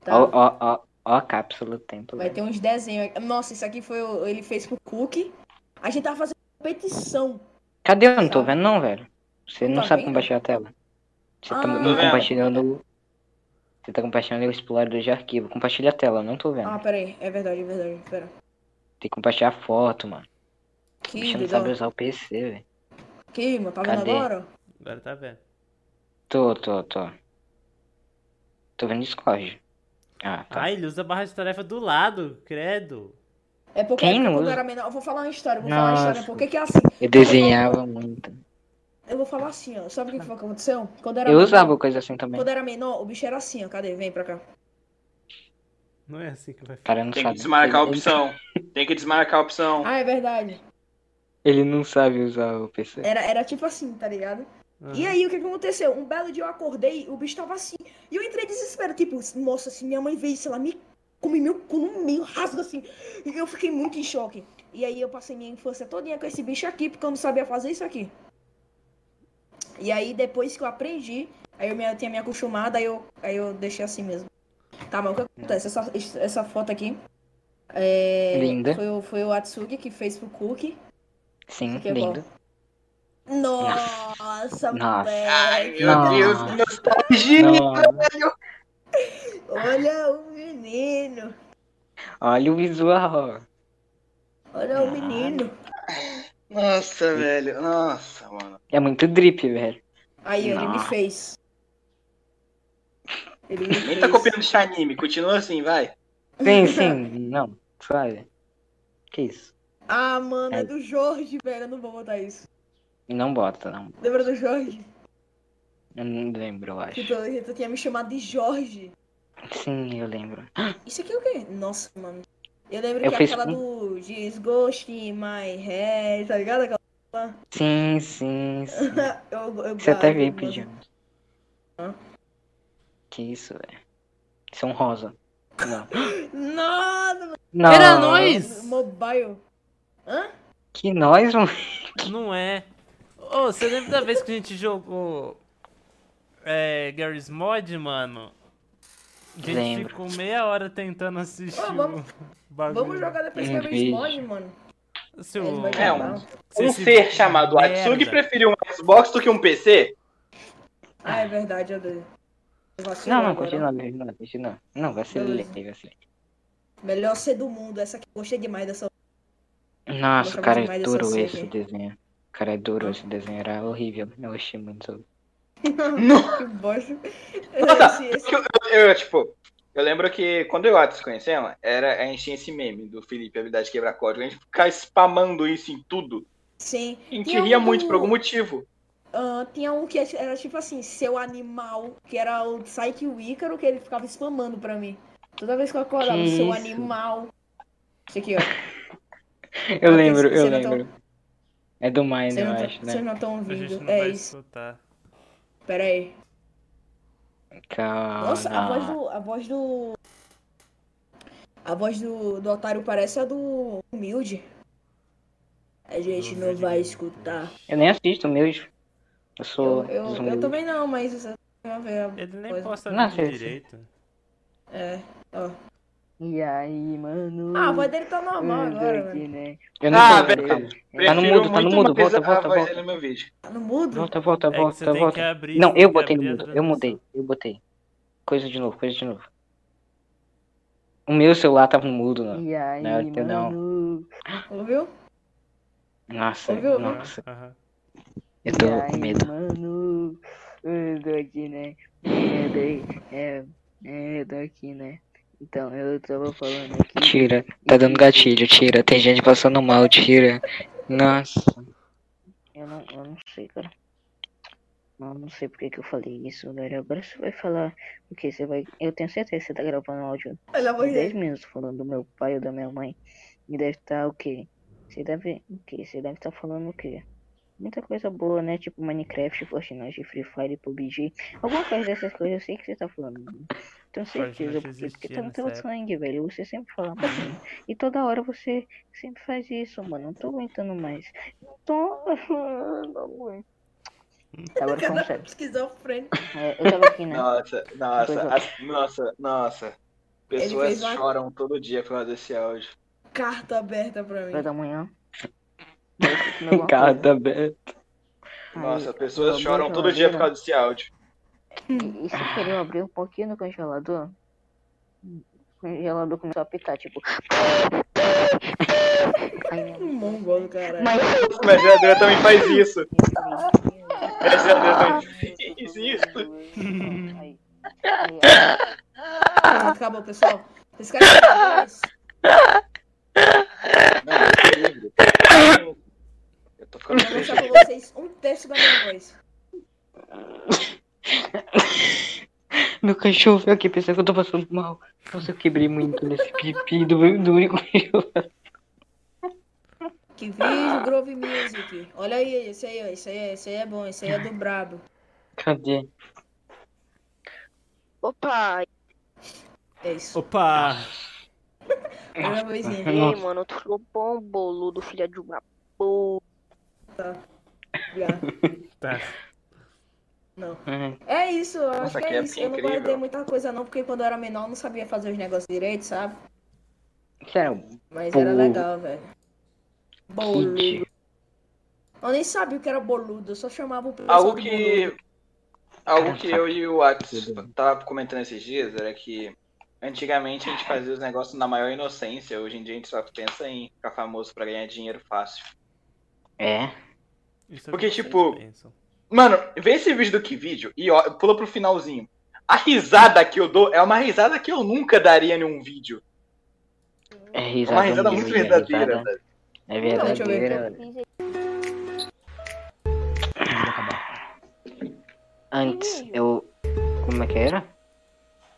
Speaker 4: Tá.
Speaker 1: Ó, ó, ó, ó a cápsula do tempo.
Speaker 4: Vai
Speaker 1: velho.
Speaker 4: ter uns desenhos. aqui. Nossa, isso aqui foi. o- Ele fez pro Cookie. A gente tava fazendo competição.
Speaker 1: Cadê? Eu não tô vendo não, velho. Você
Speaker 4: um Tá. Não
Speaker 1: não
Speaker 4: tá
Speaker 1: sabe
Speaker 4: vendo?
Speaker 1: compartilhar a tela. Você tá
Speaker 4: Ah.
Speaker 1: me
Speaker 4: Tô
Speaker 3: vendo.
Speaker 1: compartilhando... Você tá compartilhando o explorador de arquivo. Compartilha a tela, eu não tô vendo.
Speaker 4: Ah, peraí. É verdade, é verdade. Pera.
Speaker 1: Tem que compartilhar a foto, mano. O
Speaker 4: Que,
Speaker 1: bicho não
Speaker 4: doidão.
Speaker 1: sabe usar o PC, velho.
Speaker 4: que, mano, tá vendo
Speaker 1: Cadê?
Speaker 4: agora?
Speaker 2: Agora tá vendo.
Speaker 1: Tô, tô, tô. Tô vendo Discord. Ah, tá.
Speaker 2: Ah, ele usa a barra de tarefa do lado, credo.
Speaker 4: É porque
Speaker 1: Quem
Speaker 4: é porque
Speaker 1: não
Speaker 4: quando
Speaker 1: usa?
Speaker 4: eu era menor. Eu vou falar uma história, eu vou falar uma
Speaker 1: Nossa.
Speaker 4: história. Porque que é assim?
Speaker 1: Eu desenhava muito.
Speaker 4: Eu vou falar assim, ó. Sabe o que foi que aconteceu? Quando era
Speaker 1: Eu
Speaker 4: menor,
Speaker 1: usava coisa assim também.
Speaker 4: Quando era menor, o bicho era assim, ó. Cadê? Vem pra cá.
Speaker 2: Não é assim que vai
Speaker 1: O
Speaker 2: ficar.
Speaker 1: cara não
Speaker 3: Tem que
Speaker 1: sabe.
Speaker 3: desmarcar a
Speaker 1: ele-
Speaker 3: opção. Tem que desmarcar a opção.
Speaker 4: Ah, é verdade.
Speaker 1: *laughs* Ele não sabe usar o PC.
Speaker 4: Era, era tipo assim, tá ligado?
Speaker 2: Ah.
Speaker 4: E aí, o que que aconteceu? Um belo dia eu acordei, o bicho tava assim. E eu entrei em desespero, tipo, nossa, se minha mãe vê isso, ela me come meu cu no meio, rasga assim. E eu fiquei muito em choque. E aí eu passei minha infância todinha com esse bicho aqui, porque eu não sabia fazer isso aqui. E aí, depois que eu aprendi, aí eu, me, eu tinha me acostumado, aí eu, aí eu deixei assim mesmo. Tá, mas o que acontece? Essa, essa foto aqui é,
Speaker 1: Linda.
Speaker 4: Foi, o- foi o Atsugi que fez pro Cookie.
Speaker 1: Sim,
Speaker 4: que é
Speaker 1: lindo.
Speaker 4: Nossa,
Speaker 1: Nossa.
Speaker 4: moleque!
Speaker 3: Meu Deus,
Speaker 1: Nossa.
Speaker 3: nostalgia!
Speaker 4: Olha o menino.
Speaker 1: Olha o visual.
Speaker 4: Olha
Speaker 1: Ah.
Speaker 4: o menino.
Speaker 3: Nossa, velho. Nossa, mano.
Speaker 1: É muito drip, velho.
Speaker 4: Aí, ele me
Speaker 1: Nossa.
Speaker 4: fez. Ele me
Speaker 3: Nem
Speaker 4: fez.
Speaker 3: tá copiando esse anime. Continua assim, vai.
Speaker 4: *laughs*
Speaker 1: Sim, sim. Não, suave. Que isso?
Speaker 4: Ah, mano, é do Jorge, velho. Eu não vou botar isso.
Speaker 1: Não bota, não.
Speaker 4: Lembra do Jorge?
Speaker 1: Eu não lembro, eu acho.
Speaker 4: Que tu, que tu tinha me chamado de Jorge.
Speaker 1: Sim, eu lembro.
Speaker 4: Isso aqui é o quê? Nossa, mano. Eu lembro
Speaker 1: Eu
Speaker 4: que
Speaker 1: fiz um-
Speaker 4: aquela do Disgust in my head, tá ligado? Aquela...
Speaker 1: Sim, sim,
Speaker 4: *laughs*
Speaker 1: sim.
Speaker 4: Eu, eu
Speaker 1: Você até
Speaker 4: guardo,
Speaker 1: veio
Speaker 4: mano.
Speaker 1: pedindo.
Speaker 4: Hã?
Speaker 1: Que isso, velho. Isso é um rosa. Não.
Speaker 4: Nossa, mano.
Speaker 1: não.
Speaker 2: Era nós!
Speaker 4: Mobile. Hã?
Speaker 1: Que nós, mano?
Speaker 2: Não é. Ô, você lembra da vez que a gente jogou é, Garry's Mod, mano? A gente
Speaker 1: Lembro.
Speaker 2: ficou meia hora tentando assistir
Speaker 4: Ô, Ah, vamos-
Speaker 2: o bagulho.
Speaker 4: Vamos jogar depois que
Speaker 1: Hum,
Speaker 4: eu vejo mod, mano.
Speaker 2: Se
Speaker 4: Ele
Speaker 2: o-
Speaker 4: vai
Speaker 3: É,
Speaker 4: jogar.
Speaker 3: um-
Speaker 2: se
Speaker 3: um
Speaker 2: esse-
Speaker 3: ser chamado Atsugi
Speaker 2: Merda.
Speaker 3: preferiu um Xbox do que um PC?
Speaker 4: Ah, é verdade, eu dei. Eu vacilei
Speaker 1: Não, não,
Speaker 4: agora.
Speaker 1: continua, continua, continua. Não, vacilei, vacilei.
Speaker 4: Melhor ser do mundo, essa aqui. Gostei demais dessa. *laughs*
Speaker 1: Nossa,
Speaker 4: Gostava
Speaker 1: cara, é
Speaker 4: demais dessa
Speaker 1: duro
Speaker 4: série.
Speaker 1: esse desenho. Cara, é duro esse desenho, era horrível. Eu achei muito.
Speaker 3: Não.
Speaker 4: Que
Speaker 1: *laughs*
Speaker 4: bosta. É,
Speaker 3: Nossa,
Speaker 4: Esse- esse-
Speaker 3: Eu, eu, tipo, eu lembro que quando eu e o Atos conhecemos, era, a gente tinha esse meme do Felipe, habilidade de quebrar código. A gente ficava spamando isso em tudo.
Speaker 4: Sim.
Speaker 3: A gente
Speaker 4: Tinha um
Speaker 3: ria
Speaker 4: do-
Speaker 3: muito por algum motivo.
Speaker 4: Ah, tinha um que era tipo assim, seu animal, que era o Psyche Ícaro, que ele ficava spamando pra mim. Toda vez que eu acordava,
Speaker 1: Que
Speaker 4: seu
Speaker 1: isso?
Speaker 4: animal. Isso aqui, ó.
Speaker 1: Eu
Speaker 4: Não,
Speaker 1: lembro,
Speaker 4: vocês
Speaker 1: eu
Speaker 4: não tão-
Speaker 1: lembro. É do Mine,
Speaker 4: Vocês
Speaker 1: eu
Speaker 4: não tá tão-
Speaker 1: acho, né?
Speaker 4: vocês não estão
Speaker 2: A gente
Speaker 4: ouvindo.
Speaker 2: não
Speaker 4: É
Speaker 2: vai
Speaker 4: isso.
Speaker 2: escutar.
Speaker 4: Pera aí.
Speaker 1: Calma.
Speaker 4: Nossa, a voz do. A voz do. A voz do, do otário parece a do humilde. A gente não vai escutar.
Speaker 1: Eu nem assisto mesmo. Eu sou.
Speaker 4: Eu, eu, eu
Speaker 1: desumilde.
Speaker 4: também não, mas eu tenho a ver.
Speaker 2: Ele nem
Speaker 4: Pois-
Speaker 2: posta
Speaker 1: Não,
Speaker 2: vídeo
Speaker 1: sim, sim.
Speaker 2: direito.
Speaker 4: É, ó.
Speaker 1: E aí, mano?
Speaker 4: Ah, a voz dele tá normal agora, velho.
Speaker 1: Eu não
Speaker 3: Ah,
Speaker 1: tô ouvindo,
Speaker 3: peraí.
Speaker 1: calma. Tá no
Speaker 3: Prefiro
Speaker 1: mudo, tá no
Speaker 3: muito
Speaker 1: mudo.
Speaker 3: mais
Speaker 1: Volta,
Speaker 3: a
Speaker 1: volta,
Speaker 3: voz
Speaker 1: volta.
Speaker 3: dele no meu vídeo.
Speaker 4: Tá no mudo?
Speaker 1: Volta, volta,
Speaker 2: É que você
Speaker 1: volta,
Speaker 2: tem que
Speaker 1: volta.
Speaker 2: abrir.
Speaker 1: Não,
Speaker 2: você tem
Speaker 1: eu
Speaker 2: que
Speaker 1: botei no
Speaker 2: abrir a
Speaker 1: mudo. Eu
Speaker 2: tradução.
Speaker 1: mudei, eu botei. Coisa de novo, coisa de novo. O meu celular tava no mudo, não.
Speaker 7: E aí,
Speaker 1: Não, eu não.
Speaker 7: mano?
Speaker 4: Ouviu?
Speaker 1: Nossa,
Speaker 4: Ouviu?
Speaker 1: nossa.
Speaker 2: Aham.
Speaker 1: Eu tô
Speaker 7: E
Speaker 1: com
Speaker 7: aí,
Speaker 1: medo.
Speaker 7: Mano, eu tô aqui, né? Eu tô, é, é, eu tô aqui, né? Então, eu tava falando aqui.
Speaker 1: Tira. Tá dando gatilho, tira. Tem gente passando mal, tira. Nossa.
Speaker 7: Eu não, eu não sei, cara. Eu não sei porque que eu falei isso, velho. Agora você vai falar o que você vai. Eu tenho certeza que você tá gravando um áudio
Speaker 4: Pelo amor
Speaker 7: de
Speaker 4: de
Speaker 7: 10
Speaker 4: Deus.
Speaker 7: minutos falando do meu pai ou da minha mãe. E deve estar o quê? Você deve. O quê? Você deve estar falando o quê? Muita coisa boa, né? Tipo Minecraft, Fortnite, Free Fire, PUBG. Alguma coisa dessas coisas eu sei que você tá falando. mano. Tenho certeza,
Speaker 2: Fortnite
Speaker 7: porque, porque
Speaker 2: existia
Speaker 7: tá no
Speaker 2: nessa
Speaker 7: teu
Speaker 2: época.
Speaker 7: sangue, velho. Você sempre fala pra mim. E toda hora você sempre faz isso, mano. Não tô aguentando mais. Não tô. *laughs* Não aguento. Agora falando
Speaker 4: Cara,
Speaker 7: sério.
Speaker 4: esquizofrênico.
Speaker 7: É, eu tava aqui, né?
Speaker 3: Nossa, nossa,
Speaker 7: Coisa.
Speaker 3: as- nossa, nossa.
Speaker 4: Ele
Speaker 3: Pessoas
Speaker 4: fez uma-
Speaker 3: choram todo dia por causa desse áudio.
Speaker 4: Carta aberta pra mim.
Speaker 7: Hora da manhã. Eu comi alguma coisa.
Speaker 1: aberto.
Speaker 7: Aí,
Speaker 3: Nossa, pessoas
Speaker 7: eu
Speaker 3: choram
Speaker 7: abri a
Speaker 3: todo dia por
Speaker 7: geladeira.
Speaker 3: causa desse áudio.
Speaker 7: E, e se querer eu abrir um pouquinho no congelador, o congelador começou a pitar, tipo. Aí minha
Speaker 4: Um
Speaker 7: mãe,
Speaker 4: mongol, caralho.
Speaker 7: Mas
Speaker 3: Minha geladeira também faz isso. Minha geladeira
Speaker 7: Ah,
Speaker 3: também. Existe.
Speaker 7: Aí, aí,
Speaker 4: Acabou, pessoal. Esse cara é dois.
Speaker 3: Não, eu tô livre. Eu tô livre. Eu tô ficando
Speaker 4: Eu vou mostrar
Speaker 3: feliz.
Speaker 4: pra vocês um teste da minha voz.
Speaker 1: Meu cachorro veio aqui pensando que eu tô passando mal. Nossa, eu quebrei muito nesse pipi do, do único eu.
Speaker 4: Que vídeo, Grove Music. Olha aí, esse aí, ó. Esse aí, esse aí é bom, esse aí é do brabo.
Speaker 1: Cadê?
Speaker 8: Opa,
Speaker 4: É isso.
Speaker 2: Opa!
Speaker 4: Primeira vozinha.
Speaker 8: e aí,
Speaker 1: Nossa.
Speaker 8: mano, tu ficou bom, boludo, filha de uma puta.
Speaker 4: Já.
Speaker 2: Tá.
Speaker 4: Não.
Speaker 1: Uhum.
Speaker 4: É isso, eu acho
Speaker 3: Nossa,
Speaker 4: que
Speaker 3: que
Speaker 4: é
Speaker 3: época
Speaker 4: isso. Eu não
Speaker 3: incrível.
Speaker 4: guardei muita coisa não, porque quando eu era menor eu não sabia fazer os negócios direito, sabe?
Speaker 1: Sério,
Speaker 4: Mas
Speaker 1: Pô.
Speaker 4: era legal, velho. Boludo.
Speaker 1: kit.
Speaker 4: Eu nem sabia o que era boludo, eu só chamava o pessoal
Speaker 3: Algo
Speaker 4: de
Speaker 3: que. Algo que eu e o Axis tava comentando esses dias era que antigamente a gente fazia os negócios na maior inocência, hoje em dia a gente só pensa em ficar famoso pra ganhar dinheiro fácil.
Speaker 1: É.
Speaker 2: Isso é o
Speaker 3: Porque,
Speaker 2: que vocês
Speaker 3: tipo,
Speaker 2: pensam.
Speaker 3: Mano, vê esse vídeo do que vídeo e ó, pula pro finalzinho. A risada que eu dou é uma risada que eu nunca daria em um vídeo.
Speaker 1: É
Speaker 3: É
Speaker 1: risada
Speaker 3: uma risada
Speaker 1: humilde,
Speaker 3: muito
Speaker 1: é
Speaker 3: verdadeira,
Speaker 1: risada-
Speaker 3: velho.
Speaker 1: É
Speaker 4: Não, deixa eu ver.
Speaker 1: verdadeira. Antes eu. Como é que era?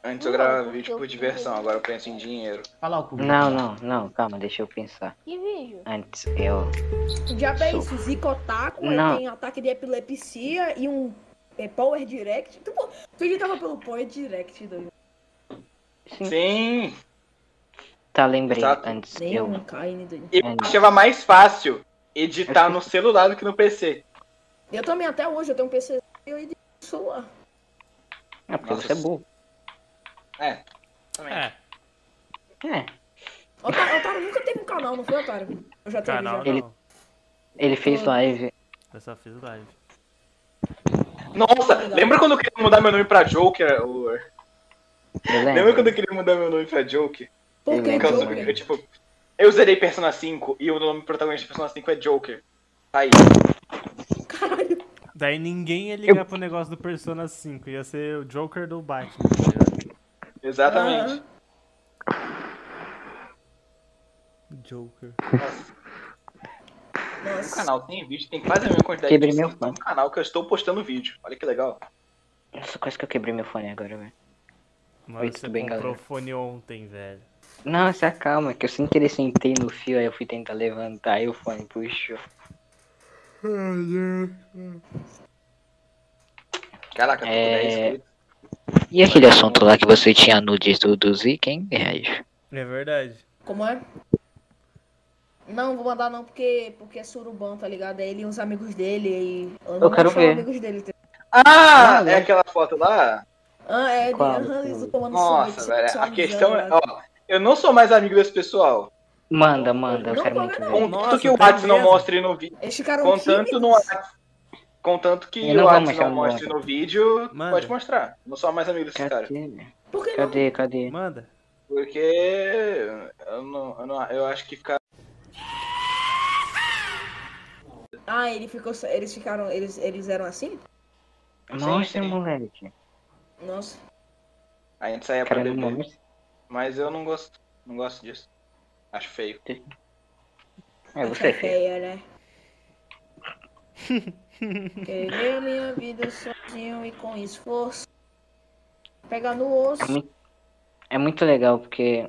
Speaker 3: Antes eu gravava vídeo por diversão, agora eu penso em dinheiro.
Speaker 5: Fala o público.
Speaker 1: Não, não, não, calma, deixa eu pensar.
Speaker 6: Que vídeo?
Speaker 1: Antes eu.
Speaker 4: boludo. Já é isso, Zico Otaku,
Speaker 1: Não.
Speaker 4: ele tem ataque de epilepsia e um é, Power Direct. Tipo, Tu, tu editava pelo Power Direct, doido.
Speaker 1: Sim,
Speaker 3: Sim,
Speaker 1: tá, lembrei.
Speaker 3: Exato.
Speaker 1: Antes
Speaker 4: Nem
Speaker 1: eu.
Speaker 4: um Kaine, doido.
Speaker 3: eu
Speaker 1: É.
Speaker 3: achava mais fácil editar no celular do que no PC.
Speaker 4: Eu também até hoje, eu tenho um PC e eu edito no celular.
Speaker 1: É porque
Speaker 3: Nossa.
Speaker 1: você é burro.
Speaker 3: É, também.
Speaker 2: É,
Speaker 1: É.
Speaker 4: Otário, otário nunca teve um canal, não foi, Otário? Eu já teve
Speaker 2: canal
Speaker 4: já.
Speaker 1: Ele-
Speaker 2: não.
Speaker 1: Ele fez live.
Speaker 2: Eu só fiz live.
Speaker 3: Nossa,
Speaker 1: É.
Speaker 3: lembra quando eu queria mudar meu nome pra Joker? ô?
Speaker 1: Eu
Speaker 3: Lembra
Speaker 1: lembro. É
Speaker 3: quando eu queria mudar meu nome pra Joker?
Speaker 4: Por que
Speaker 1: Ele-
Speaker 3: Por causa do-
Speaker 4: Joker?
Speaker 3: eu, tipo, eu zerei Persona 5 e o nome protagonista de Persona 5 é Joker. Tá Aí.
Speaker 4: Caralho.
Speaker 2: Daí ninguém ia ligar pro negócio do Persona 5. Ia ser o Joker do Batman. tá ligado?
Speaker 3: Exatamente.
Speaker 2: Joker.
Speaker 1: Ah.
Speaker 3: O
Speaker 4: Nossa.
Speaker 3: canal tem vídeo, tem quase a mesma quantidade
Speaker 1: Quebrei
Speaker 3: de
Speaker 1: meu
Speaker 3: inscritos no canal que eu estou postando vídeo. Olha que legal.
Speaker 1: Nossa, quase que eu quebrei meu fone agora, velho.
Speaker 2: Mano,
Speaker 1: Oi,
Speaker 2: você
Speaker 1: tudo bem,
Speaker 2: comprou
Speaker 1: galera?
Speaker 2: fone ontem, velho.
Speaker 1: Não, se acalma, que eu sem querer sentei no fio, aí eu fui tentar levantar, aí o fone puxou.
Speaker 3: Caraca, tô com
Speaker 1: É.
Speaker 3: 10 inscritos.
Speaker 1: E aquele assunto lá que você tinha nudes do, do Zika, hein, Raiz?
Speaker 2: É verdade.
Speaker 4: Como é? Não, vou mandar não, porque, porque é surubão, tá ligado? É ele e os amigos dele e... Eu, não
Speaker 1: quero
Speaker 4: vou achar
Speaker 1: ver.
Speaker 4: os amigos dele. tá-
Speaker 3: Ah,
Speaker 1: né?
Speaker 3: é aquela foto lá?
Speaker 4: Ah, é, ele
Speaker 1: Qual?
Speaker 4: aham, eles tomando
Speaker 3: Nossa,
Speaker 4: sorvete,
Speaker 3: velho. A
Speaker 4: sexualizando,
Speaker 3: questão é,
Speaker 4: velho.
Speaker 3: ó, eu não sou mais amigo desse pessoal.
Speaker 1: Manda, manda, eu
Speaker 4: Não,
Speaker 1: quero
Speaker 4: não,
Speaker 1: muito
Speaker 4: não.
Speaker 1: ver.
Speaker 2: Nossa,
Speaker 3: Contanto que o
Speaker 2: tá
Speaker 3: Max não
Speaker 2: mesmo.
Speaker 3: mostre no vídeo.
Speaker 4: Eles ficaram
Speaker 3: Contanto
Speaker 4: tímidos.
Speaker 3: no Contanto que
Speaker 1: Eu não
Speaker 3: o
Speaker 1: vou
Speaker 3: Max
Speaker 1: mostrar
Speaker 3: não
Speaker 1: no
Speaker 3: mostre no vídeo,
Speaker 2: Manda.
Speaker 3: pode mostrar. Não sou mais amigo desse cara.
Speaker 1: Cadê?
Speaker 4: Por que não?
Speaker 1: Cadê, cadê?
Speaker 2: Manda.
Speaker 3: Porque eu não, eu não- eu acho que ficar.
Speaker 4: Ah, ele ficou. só- Eles ficaram. Eles, eles eram assim?
Speaker 1: Nossa,
Speaker 3: sim.
Speaker 1: moleque.
Speaker 4: Nossa.
Speaker 3: A gente saía pra
Speaker 1: Cara, no
Speaker 3: beber.
Speaker 1: momento.
Speaker 3: Mas eu não gosto. Não gosto disso. Acho feio.
Speaker 1: É, você é
Speaker 4: tá
Speaker 1: feio.
Speaker 4: né? Querer minha vida sozinho e com esforço. Pegar no osso.
Speaker 1: É muito, é muito legal porque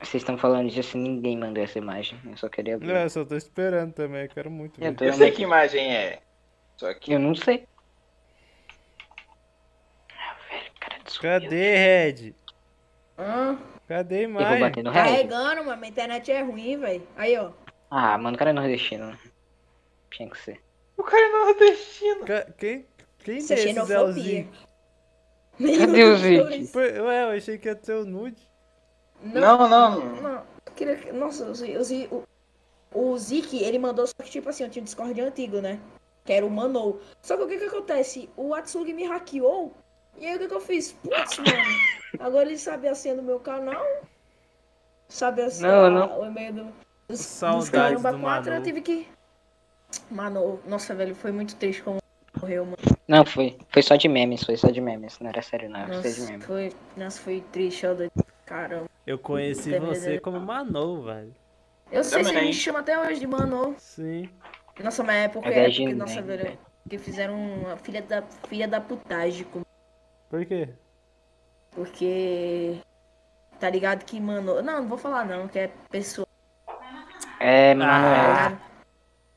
Speaker 1: vocês estão falando disso e ninguém mandou essa imagem. Eu só queria ver.
Speaker 2: É, eu só tô esperando também, eu quero muito
Speaker 1: Eu
Speaker 2: ver.
Speaker 1: tô-
Speaker 3: Eu sei que imagem é. Só que.
Speaker 1: Eu não sei. Ah, velho, cara, desculpa.
Speaker 2: Cadê, Red?
Speaker 4: Ah,
Speaker 2: Cadê a
Speaker 1: Eu vou
Speaker 2: imagem?
Speaker 1: bater no Red.
Speaker 4: carregando, mano. Minha internet é ruim, velho. Aí, ó.
Speaker 1: Ah, mano, o cara é nordestino. né? Tinha que ser.
Speaker 3: O cara é nordestino.
Speaker 2: Ca- Quem, quem
Speaker 4: Isso é
Speaker 2: desses é o
Speaker 4: xenofobia.
Speaker 2: Zeke?
Speaker 4: *laughs* Meu
Speaker 1: Deus,
Speaker 2: Pô, Ué, eu achei que ia ter o nude.
Speaker 3: Não, não.
Speaker 4: Não, eu queria que- Nossa, o, Zi- o, Zi- o, o Zik, ele mandou só que, tipo assim, eu tinha um Discord antigo, né? Que era o Manou. Só que o que que acontece? O Atsugi me hackeou, e aí o que que eu fiz? Putz, mano, agora ele sabe a senha do meu canal, sabe a senha,
Speaker 1: Não, não.
Speaker 4: o e-mail do, dos,
Speaker 2: Saudades
Speaker 4: dos Caramba
Speaker 2: do
Speaker 4: 4, eu
Speaker 2: Manou.
Speaker 4: tive que... Manou, nossa, velho, foi muito triste como morreu, mano.
Speaker 1: Não, foi, foi só de memes, foi só de memes. Não era sério, não. Era só de
Speaker 4: Nossa,
Speaker 1: memes.
Speaker 4: foi, nossa, foi triste, ó, doido. caramba.
Speaker 2: Eu conheci
Speaker 4: Deveria-
Speaker 2: você como Manou, velho.
Speaker 4: Eu sei, você
Speaker 3: Também.
Speaker 4: me chama até hoje de Manou.
Speaker 2: Sim.
Speaker 4: Nossa, mas é porque,
Speaker 1: Eu
Speaker 4: é
Speaker 1: viajei
Speaker 4: porque
Speaker 1: no
Speaker 4: nossa,
Speaker 1: meme,
Speaker 4: velho,
Speaker 1: velho.
Speaker 4: que fizeram uma filha da, filha da putagem comigo,
Speaker 2: Por quê?
Speaker 4: porque tá ligado que, mano, não, não vou falar não, que é pessoa,
Speaker 2: Ah,
Speaker 1: É, Manuel.
Speaker 4: tá ligado?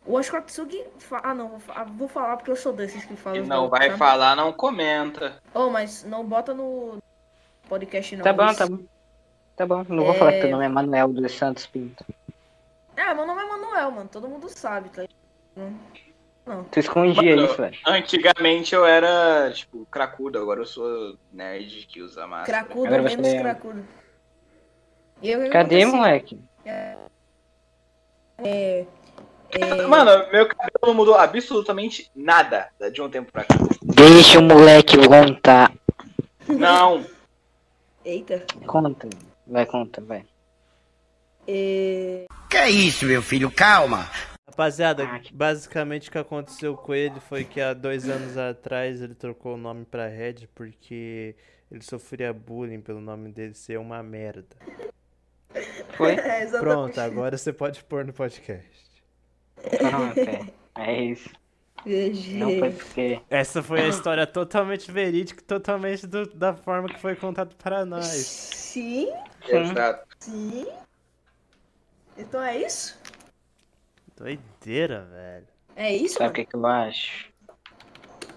Speaker 4: O Oshikotsugi, fa- ah não, vou, fa- ah, vou falar porque eu sou desses que falam.
Speaker 3: E
Speaker 4: os
Speaker 3: não
Speaker 4: bagulho,
Speaker 3: vai
Speaker 4: tá?
Speaker 3: falar, não comenta.
Speaker 4: Ô, mas não bota no podcast não.
Speaker 1: Tá bom,
Speaker 4: isso.
Speaker 1: tá bom. Tá bom, não vou falar que teu nome é Manuel dos Santos Pinto.
Speaker 4: É, meu nome é Manuel, mano, todo mundo sabe, tá ligado?
Speaker 1: Tu escondia
Speaker 3: Mano.
Speaker 1: isso, velho.
Speaker 3: Antigamente eu era, tipo, cracudo, agora eu sou nerd que usa máscara.
Speaker 4: Cracudo,
Speaker 1: Agora você
Speaker 4: menos
Speaker 1: é-
Speaker 4: cracudo. E aí, o que
Speaker 1: Cadê,
Speaker 4: aconteceu?
Speaker 1: moleque?
Speaker 3: Mano, meu cabelo não mudou absolutamente nada de um tempo pra cá.
Speaker 1: Deixa o moleque contar.
Speaker 3: Não,
Speaker 4: Eita.
Speaker 1: Conta. Vai, conta, vai.
Speaker 2: Rapaziada,
Speaker 1: Ah, que-
Speaker 2: basicamente o que aconteceu com ele foi que há dois anos atrás ele trocou o nome pra Red porque ele sofria bullying pelo nome dele ser uma merda.
Speaker 1: Foi?
Speaker 4: É, exatamente.
Speaker 2: Pronto, agora você pode pôr no podcast.
Speaker 1: Pronto, é. É isso. Não foi porque.
Speaker 2: Essa foi a história totalmente verídica, totalmente do- da forma que foi contado para nós.
Speaker 4: Sim,
Speaker 3: exato.
Speaker 4: sim. Então é isso?
Speaker 2: Doideira, velho.
Speaker 4: É isso?
Speaker 1: Sabe o
Speaker 4: mano?
Speaker 1: que, que eu acho?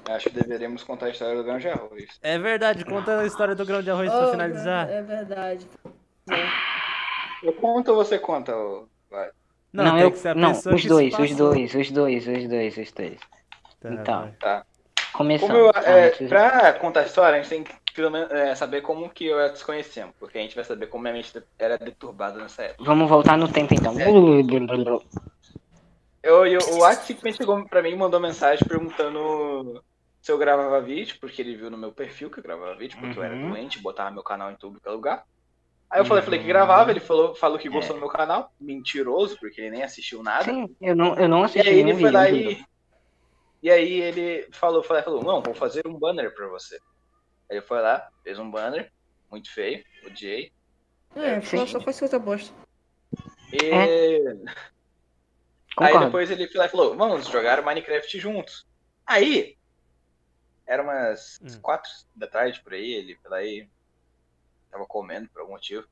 Speaker 3: Acho que deveremos contar a história do grão de arroz.
Speaker 2: É verdade, conta a história do grão de arroz pra
Speaker 4: Oh,
Speaker 2: finalizar.
Speaker 4: É verdade.
Speaker 3: Eu conto ou você conta? ô? Vai.
Speaker 2: Não, tem que ser a
Speaker 1: não
Speaker 2: pessoa
Speaker 1: os
Speaker 2: que
Speaker 1: dois,
Speaker 2: se
Speaker 1: os dois, os dois, os dois, os dois.
Speaker 2: passa. Tá,
Speaker 1: Então.
Speaker 2: vai.
Speaker 1: Começando.
Speaker 3: Como eu,
Speaker 1: tá,
Speaker 3: é,
Speaker 1: antes-
Speaker 3: pra contar a história, a gente tem que pelo menos, é, saber como que eu a desconhecemos, porque a gente vai saber como minha mente era deturbada nessa época.
Speaker 1: Vamos voltar no tempo então. Blu, blu,
Speaker 2: é.
Speaker 1: blu, blu.
Speaker 3: Eu, eu, o Ati simplesmente chegou pra mim e mandou mensagem perguntando se eu gravava vídeo, porque ele viu no meu perfil que eu gravava vídeo, porque eu era
Speaker 1: Uhum.
Speaker 3: doente, botava meu canal em tudo que é lugar. Aí eu falei, falei que gravava, ele falou, falou que
Speaker 1: É.
Speaker 3: gostou do meu canal, mentiroso, porque ele nem assistiu nada.
Speaker 1: Sim, eu não, eu não
Speaker 3: E
Speaker 1: assisti
Speaker 3: aí
Speaker 1: nenhum
Speaker 3: ele foi
Speaker 1: vídeo.
Speaker 3: lá
Speaker 1: juro.
Speaker 3: e. E aí ele falou, falou, falou, não, vou fazer um banner pra você. Aí ele foi lá, fez um banner, muito feio, odiei.
Speaker 4: É, só, só faz coisa bosta.
Speaker 3: E
Speaker 1: É.
Speaker 3: aí
Speaker 1: Concordo.
Speaker 3: depois ele foi lá e falou, vamos jogar Minecraft juntos. Aí, era umas
Speaker 2: Hum.
Speaker 3: quatro da tarde por aí, ele foi lá e tava comendo por algum motivo.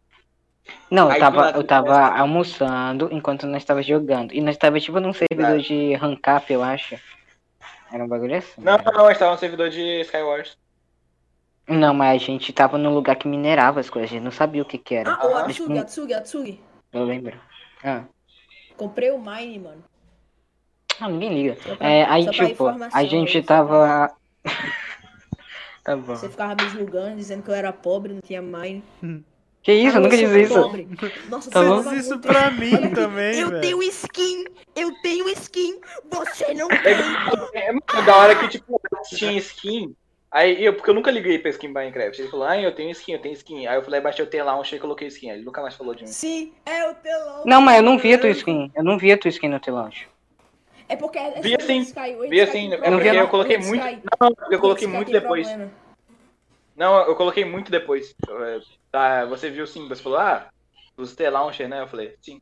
Speaker 1: Não,
Speaker 3: Aí
Speaker 1: eu
Speaker 3: do
Speaker 1: tava,
Speaker 3: lado
Speaker 1: eu
Speaker 3: do
Speaker 1: tava
Speaker 3: resto.
Speaker 1: almoçando enquanto nós tava jogando. E nós tava tipo num servidor
Speaker 3: Claro.
Speaker 1: de Rancap, eu acho. Era um bagulho assim.
Speaker 3: Não,
Speaker 1: né?
Speaker 3: não, não, a gente tava no servidor de Skywars.
Speaker 1: Não, mas a gente tava num lugar que minerava as coisas, a gente não sabia o que que era.
Speaker 4: Ah, o
Speaker 1: Mas,
Speaker 4: Atsugi,
Speaker 1: tipo,
Speaker 4: Atsugi, Atsugi.
Speaker 1: eu lembro. Ah,
Speaker 4: Comprei o Mine, mano.
Speaker 1: ah, ninguém liga.
Speaker 4: Só pra-
Speaker 1: É, aí
Speaker 4: só pra
Speaker 1: tipo, a
Speaker 4: informação,
Speaker 1: gente
Speaker 4: aí, só
Speaker 1: tava... *laughs* tá bom.
Speaker 4: Você ficava me julgando, dizendo que eu era pobre, não tinha Mine.
Speaker 1: Que isso, eu
Speaker 4: Ah,
Speaker 1: nunca
Speaker 4: eu
Speaker 1: disse
Speaker 4: sou
Speaker 1: isso.
Speaker 4: pobre. Nossa,
Speaker 1: Tá
Speaker 4: você
Speaker 1: bom.
Speaker 2: Faz
Speaker 4: fala
Speaker 2: isso
Speaker 4: muito.
Speaker 2: pra mim também,
Speaker 8: Eu
Speaker 2: velho.
Speaker 8: tenho skin, eu tenho skin, você não tem.
Speaker 3: É muito da hora que, tipo, *laughs* tinha skin. Aí eu, porque eu nunca liguei pra skin Minecraft. Ele falou, ah, eu tenho skin, eu tenho skin. Aí eu falei, baixei o T lá, achei e coloquei skin. Aí Ele nunca mais falou de mim.
Speaker 4: Sim, é o telão.
Speaker 1: Não, mas eu não vi a tua skin. Eu não vi a tua skin no teu launch.
Speaker 4: É porque é
Speaker 3: Vi
Speaker 4: sobre
Speaker 3: assim,
Speaker 4: Sky, o
Speaker 3: vi
Speaker 4: Sky
Speaker 3: assim,
Speaker 4: tem
Speaker 3: é
Speaker 4: problema,
Speaker 1: porque eu
Speaker 4: o
Speaker 3: coloquei
Speaker 4: Sky-
Speaker 3: muito-
Speaker 4: o Sky
Speaker 3: Não, eu coloquei
Speaker 4: tem
Speaker 3: muito depois.
Speaker 4: problema.
Speaker 3: Não, eu coloquei muito depois. É, Tá, você viu sim, você falou, ah, você tem launcher, né? Eu falei, sim.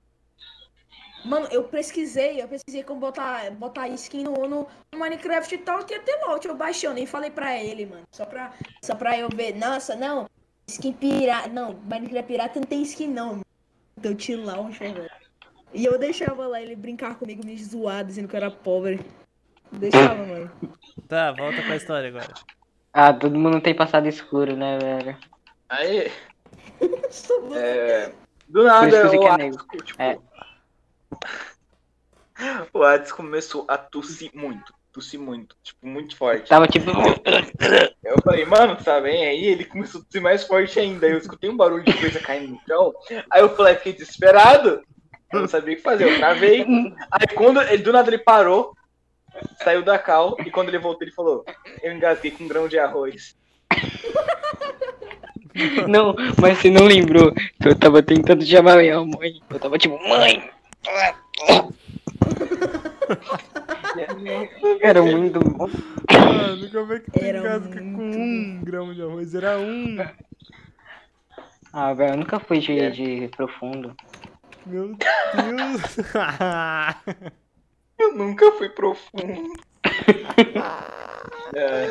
Speaker 4: Mano, eu pesquisei, eu pesquisei como botar, botar skin no, no Minecraft e tal, tinha até loot, eu baixei, eu nem falei pra ele, mano. Só pra, só pra eu ver, nossa, não, skin pirata, não, Minecraft pirata não tem skin não, mano. Então te launcher, velho. E eu deixava lá ele brincar comigo, me zoar, dizendo que eu era pobre. Deixava, mano.
Speaker 2: Tá, volta com a história agora.
Speaker 1: Ah, todo mundo tem passado escuro, né, velho?
Speaker 3: Aí,
Speaker 4: Só vou-
Speaker 3: é, do
Speaker 1: Por
Speaker 3: nada,
Speaker 1: isso que
Speaker 3: o
Speaker 1: é
Speaker 3: Hades,
Speaker 1: negro.
Speaker 3: tipo,
Speaker 1: É.
Speaker 3: o Hades começou a tossir muito, tossir muito, tipo, muito forte.
Speaker 1: Tava tipo.
Speaker 3: Eu falei, mano, tá bem? Aí ele começou a ser mais forte ainda. Eu escutei um barulho de coisa caindo no chão. Aí eu falei, fiquei desesperado. Eu não sabia o que fazer, eu travei. Aí quando ele, do nada ele parou, saiu da cal, e quando ele voltou, ele falou, eu engasguei com um grão de arroz.
Speaker 1: Não, mas você não lembrou que eu tava tentando chamar minha mãe. Eu tava tipo, mãe! *laughs* Era muito bom.
Speaker 2: Mano, como é que tu
Speaker 4: Era
Speaker 2: engasga
Speaker 4: muito
Speaker 2: com um grão de arroz? Era um.
Speaker 1: Ah, velho, eu nunca fui de, de profundo.
Speaker 2: Meu *laughs* Deus.
Speaker 3: Eu nunca fui profundo. *laughs* É,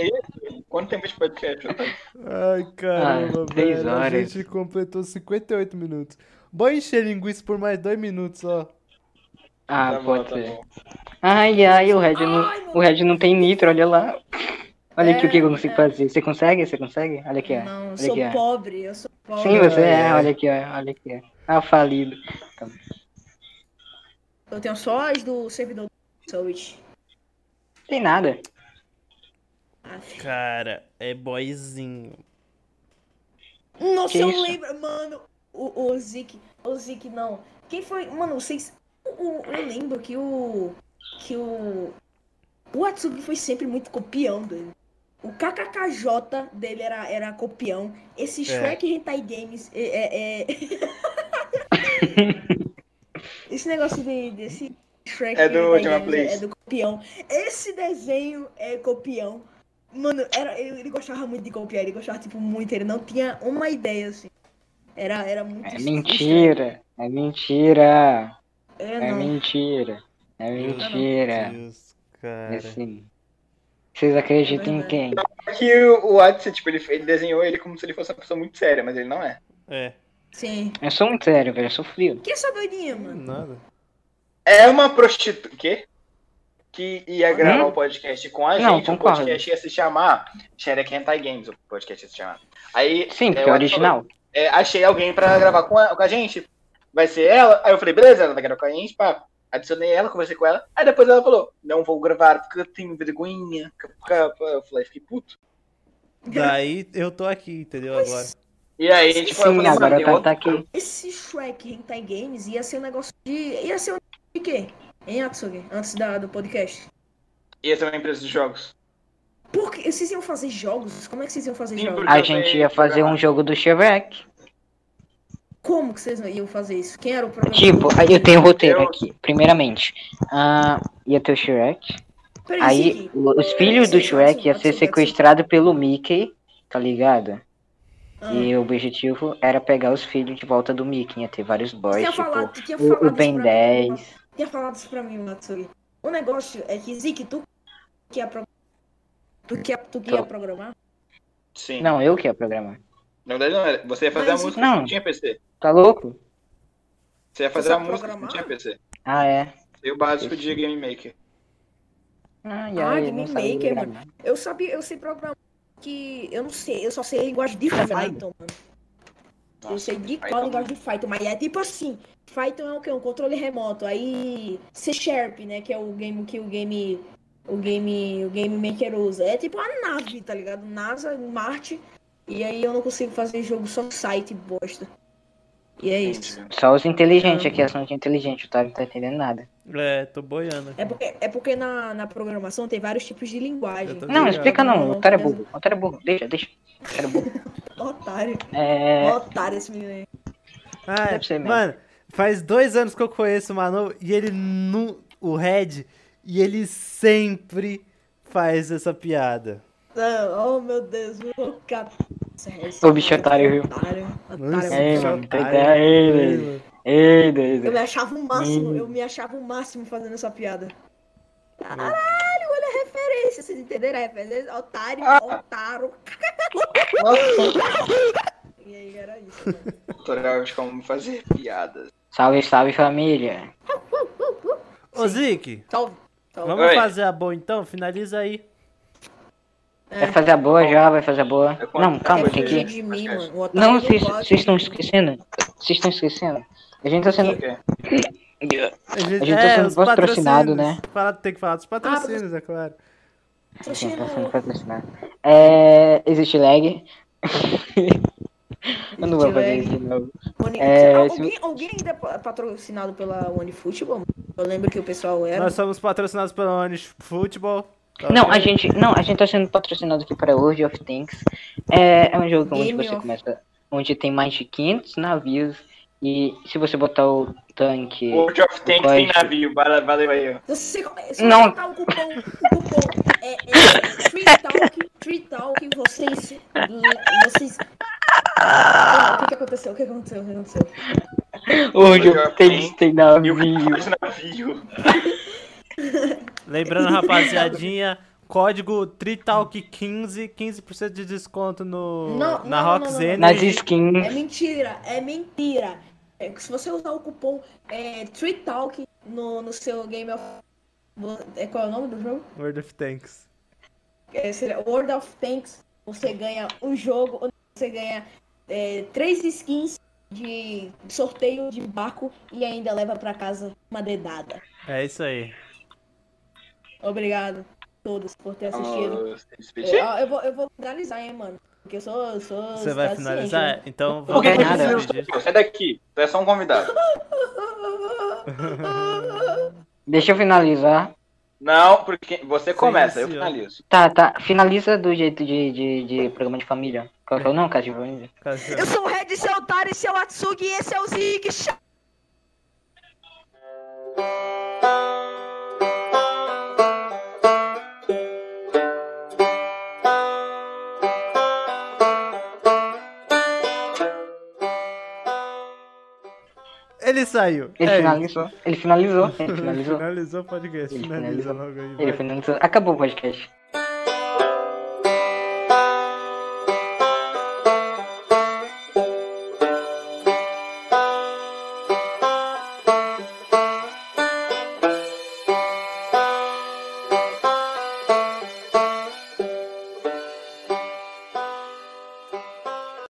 Speaker 3: é isso. Quanto tempo de podcast? Otávio?
Speaker 2: Ai, caramba,
Speaker 1: Ah, três
Speaker 2: velho. A
Speaker 1: horas.
Speaker 2: gente completou 58 minutos. Bora encher linguiça por mais dois minutos, ó.
Speaker 1: Ah,
Speaker 3: Tá bom,
Speaker 1: pode
Speaker 3: tá
Speaker 1: ser.
Speaker 3: bom.
Speaker 1: Ai, ai, o Red não,
Speaker 4: Ai, meu
Speaker 1: o Red não tem nitro, olha lá. Olha aqui o que eu consigo
Speaker 4: É, é.
Speaker 1: fazer. Você consegue? Você consegue? Olha aqui, ó. é.
Speaker 4: Não, eu
Speaker 1: olha
Speaker 4: sou
Speaker 1: aqui, ó.
Speaker 4: pobre, eu sou pobre.
Speaker 1: Sim, você é, olha aqui, ó. Olha aqui, ó. Ah, falido.
Speaker 4: Eu tenho só as do servidor do Switch.
Speaker 1: Tem nada.
Speaker 4: Ah,
Speaker 2: Cara, é boyzinho.
Speaker 4: Nossa,
Speaker 1: Que
Speaker 4: eu
Speaker 1: isso?
Speaker 4: lembro, mano. O, o Zik, o Zik não. Quem foi? Mano, vocês. o- o- eu lembro que o. Que o. O Atsugi foi sempre muito copião dele. O KKKJ dele era, era copião. Esse
Speaker 3: É.
Speaker 4: Shrek Hentai Games. É, é-
Speaker 3: *laughs*
Speaker 4: é- Esse negócio de, desse Shrek
Speaker 3: É do
Speaker 4: Hentai
Speaker 3: Ultima
Speaker 4: Games é-
Speaker 3: Place.
Speaker 4: é do copião. Esse desenho é copião. Mano, era, ele, ele gostava muito de copiar, ele gostava, tipo, muito, ele não tinha uma ideia, assim. Era, era muito...
Speaker 1: É
Speaker 4: estranho.
Speaker 1: mentira. É mentira.
Speaker 4: É,
Speaker 1: É
Speaker 4: não.
Speaker 1: mentira. É
Speaker 2: Meu
Speaker 1: mentira.
Speaker 2: Deus,
Speaker 1: É
Speaker 2: cara.
Speaker 1: sim. Vocês acreditam
Speaker 4: é.
Speaker 1: em quem?
Speaker 3: Que o o Hades, tipo, ele, ele desenhou ele como se ele fosse uma pessoa muito séria, mas ele não é.
Speaker 2: É,
Speaker 4: Sim.
Speaker 1: Eu sou muito sério, velho. Eu sou frio.
Speaker 4: Que essa doidinha, mano?
Speaker 2: nada.
Speaker 3: É uma prostituta. Quê? Que ia gravar o podcast com a
Speaker 1: Não,
Speaker 3: gente. o
Speaker 1: concordo.
Speaker 3: podcast ia se chamar Shrek Hentai Games. O podcast ia se chamar. Aí.
Speaker 1: Sim, porque
Speaker 3: eu
Speaker 1: é original.
Speaker 3: é, achei alguém pra gravar com a, com a gente. Vai ser ela. Aí eu falei, beleza, ela vai gravar com a gente. Pá. Adicionei ela, conversei com ela. Aí depois ela falou, não vou gravar porque eu tenho vergonha. Eu falei, fiquei puto.
Speaker 2: Daí eu tô aqui, entendeu? Agora.
Speaker 3: E aí, tipo, eu
Speaker 1: Sim,
Speaker 3: falei,
Speaker 1: agora
Speaker 3: mano,
Speaker 1: tá,
Speaker 3: eu-
Speaker 1: tá aqui.
Speaker 4: *laughs* Esse Shrek Hentai Games ia ser um negócio de... Ia ser um de quê? Hein, Atsugi? Antes da, do podcast.
Speaker 3: ia ser é uma empresa de jogos.
Speaker 4: Por que? Vocês iam fazer jogos? Como é que vocês iam fazer
Speaker 3: Sim,
Speaker 4: jogos?
Speaker 3: porque-
Speaker 1: A gente ia fazer um jogo do Shrek.
Speaker 4: Como que vocês iam fazer isso? Quem era o programa?
Speaker 1: Tipo, aí eu tenho o roteiro aqui. Primeiramente, ah, ia ter o Shrek. Aí o- os filhos do Shrek iam ser
Speaker 4: assim.
Speaker 1: sequestrados pelo Mickey, tá ligado?
Speaker 4: Ah.
Speaker 1: E o objetivo era pegar os filhos de volta do Mickey. Ia ter vários boys,
Speaker 4: tinha
Speaker 1: tipo
Speaker 4: falado, tu tinha
Speaker 1: o-
Speaker 4: falado
Speaker 1: o Ben
Speaker 4: isso pra mim,
Speaker 1: 10.
Speaker 4: tinha falado isso pra mim, Matsuri. O negócio é que, Zik, tu que ia, pro... tu que ia, tu que ia
Speaker 1: Tô.
Speaker 4: programar?
Speaker 3: Sim.
Speaker 1: Não, eu que ia programar.
Speaker 3: Na verdade, não era. Você ia fazer
Speaker 4: Mas-
Speaker 3: a música,
Speaker 1: Não.
Speaker 3: não tinha PC.
Speaker 1: Tá louco?
Speaker 3: Você ia fazer
Speaker 4: Você
Speaker 3: a
Speaker 4: sabe
Speaker 3: música, não
Speaker 4: programar?
Speaker 3: tinha PC.
Speaker 1: Ah, é.
Speaker 3: E o básico de Game Maker.
Speaker 1: Ai,
Speaker 4: Ah,
Speaker 1: ai, eu
Speaker 4: Game
Speaker 1: não sabia
Speaker 4: Maker,
Speaker 1: programar.
Speaker 4: Eu sabia, eu sei programar que. Eu não sei, eu só sei linguagem de Python, mano. eu sei de qual
Speaker 3: Python.
Speaker 4: linguagem de Python, mas é tipo assim, Python é o que? Um controle remoto. Aí C Sharp, né? Que é o game que o game. O game. O game maker usa. É tipo a nave, tá ligado? NASA, Marte. E aí eu não consigo fazer jogo só site bosta. E é isso.
Speaker 1: Só os inteligentes aqui, ação de inteligente. O Otávio não tá entendendo nada.
Speaker 2: É, tô boiando.
Speaker 4: É porque, é porque na, na programação tem vários tipos de linguagem.
Speaker 2: Eu tô
Speaker 1: Não,
Speaker 2: ligado.
Speaker 1: explica não.
Speaker 4: Não,
Speaker 1: O Otário é
Speaker 4: não.
Speaker 1: burro. O Otário é burro. Deixa, deixa. O Otário é burro.
Speaker 4: um Otário. Um
Speaker 1: É.
Speaker 4: Otário esse menino aí.
Speaker 2: Ah,
Speaker 1: Deve ser mesmo.
Speaker 2: mano, faz dois anos que eu conheço o Manu e ele não. o Red, e ele sempre faz essa piada.
Speaker 4: Não, oh meu Deus, meu cara.
Speaker 1: O bicho otário, viu?
Speaker 4: Otário,
Speaker 2: Nossa,
Speaker 4: otário.
Speaker 1: É,
Speaker 2: que
Speaker 1: mano, tá-
Speaker 2: otário.
Speaker 1: tá- ele. Ei, Deus.
Speaker 4: Eu me achava o máximo,
Speaker 1: Hum.
Speaker 4: eu me achava o máximo fazendo essa piada. Caralho, olha a referência, vocês entenderam a referência? Otário,
Speaker 1: Ah!
Speaker 4: otaro.
Speaker 3: Nossa,
Speaker 4: E aí, era isso. mano.
Speaker 3: tutorial de como fazer piadas.
Speaker 1: Salve, salve família.
Speaker 2: Ô, Zic,
Speaker 4: Salve, salve.
Speaker 2: vamos
Speaker 3: Oi.
Speaker 2: fazer a boa então? Finaliza aí.
Speaker 1: Vai fazer a boa já, vai fazer a boa.
Speaker 3: Eu conto
Speaker 1: Não, calma,
Speaker 4: É
Speaker 1: tem
Speaker 3: depois
Speaker 1: que.
Speaker 4: vídeo de mim, mano. O otário
Speaker 1: Não,
Speaker 4: não
Speaker 1: vocês
Speaker 4: gosta.
Speaker 1: vocês estão esquecendo. Vocês estão esquecendo. A gente tá sendo.
Speaker 3: Ok.
Speaker 2: A gente,
Speaker 1: gente
Speaker 2: é,
Speaker 1: tá sendo né? Ah,
Speaker 2: os
Speaker 1: patrocinado,
Speaker 2: patrocínios. Fala- tem que falar dos patrocínios, é claro.
Speaker 4: Tô
Speaker 1: A gente tá
Speaker 4: cheirando.
Speaker 1: sendo patrocinado. É. Existe lag. Eu não vou
Speaker 4: Existe
Speaker 1: fazer
Speaker 4: lag.
Speaker 1: isso de novo.
Speaker 4: Oni-
Speaker 1: É,
Speaker 4: Al-
Speaker 1: se-
Speaker 4: alguém, alguém ainda é pa- patrocinado pela OneFootball? mano? Eu lembro que o pessoal era.
Speaker 2: Nós somos patrocinados pela tá Onis Futebol.
Speaker 1: é. Não, a gente, não, a gente tá sendo patrocinado aqui para World of Tanks. É, é um jogo onde
Speaker 4: Game
Speaker 1: você
Speaker 4: of-
Speaker 1: começa, onde tem mais de 500 navios e se você botar o tanque,
Speaker 3: World of Tanks tem navio, vale- valeu aí. ó.
Speaker 4: Se você come- se
Speaker 1: Não.
Speaker 4: você botar o cupom, o cupom é, é Tree Talk, Tree Talk, vocês. vocês... Ah, o que, que aconteceu? O que aconteceu? O que aconteceu?
Speaker 1: World of Tanks tem
Speaker 3: E o
Speaker 1: navio.
Speaker 3: cara de navio.
Speaker 2: Lembrando, rapaziadinha, *laughs* código TRITALK15, 15% de desconto no, na
Speaker 4: Não, não, não,
Speaker 2: Rox
Speaker 4: não, não.
Speaker 2: Energy.
Speaker 1: Nas
Speaker 4: É
Speaker 1: skins.
Speaker 4: mentira, é mentira. É que se você usar o cupom é, Tree Talk no, no seu Game of. É, qual é o nome do jogo?
Speaker 2: World of Tanks.
Speaker 4: É, seria World of Tanks. Você ganha um jogo, onde você ganha é, três skins de sorteio de barco e ainda leva pra casa uma dedada.
Speaker 2: É isso aí.
Speaker 4: Obrigado a todos por ter assistido.
Speaker 3: Vamos se
Speaker 4: É,
Speaker 2: Ah,
Speaker 3: despedir?
Speaker 4: ó, eu, vou, eu vou finalizar, hein, mano. Porque eu sou. eu sou
Speaker 2: Você vai
Speaker 4: cidade né?
Speaker 2: finalizar? Então
Speaker 1: Não
Speaker 2: vamos
Speaker 1: quer
Speaker 2: lá,
Speaker 1: nada.
Speaker 2: despedir.
Speaker 3: Sai daqui, tu é só um convidado.
Speaker 4: ciente, né?
Speaker 1: Deixa eu finalizar.
Speaker 3: Não, porque você começa, eu
Speaker 2: iniciou.
Speaker 3: finalizo.
Speaker 1: Tá, tá. Finaliza do jeito de, de, de programa de família. Qual que é o nome, Cássio? Família?
Speaker 4: Eu sou o Red, seu otário, seu Atsugi e esse é o Zig.
Speaker 2: Ele saiu.
Speaker 1: Ele
Speaker 2: É isso.
Speaker 1: finalizou. Ele finalizou. Ele
Speaker 2: Ele
Speaker 1: finalizou.
Speaker 2: finalizou o podcast.
Speaker 1: Ele
Speaker 2: Finaliza
Speaker 1: finalizou.
Speaker 2: logo aí.
Speaker 1: Ele
Speaker 2: vai.
Speaker 1: finalizou. Acabou o podcast.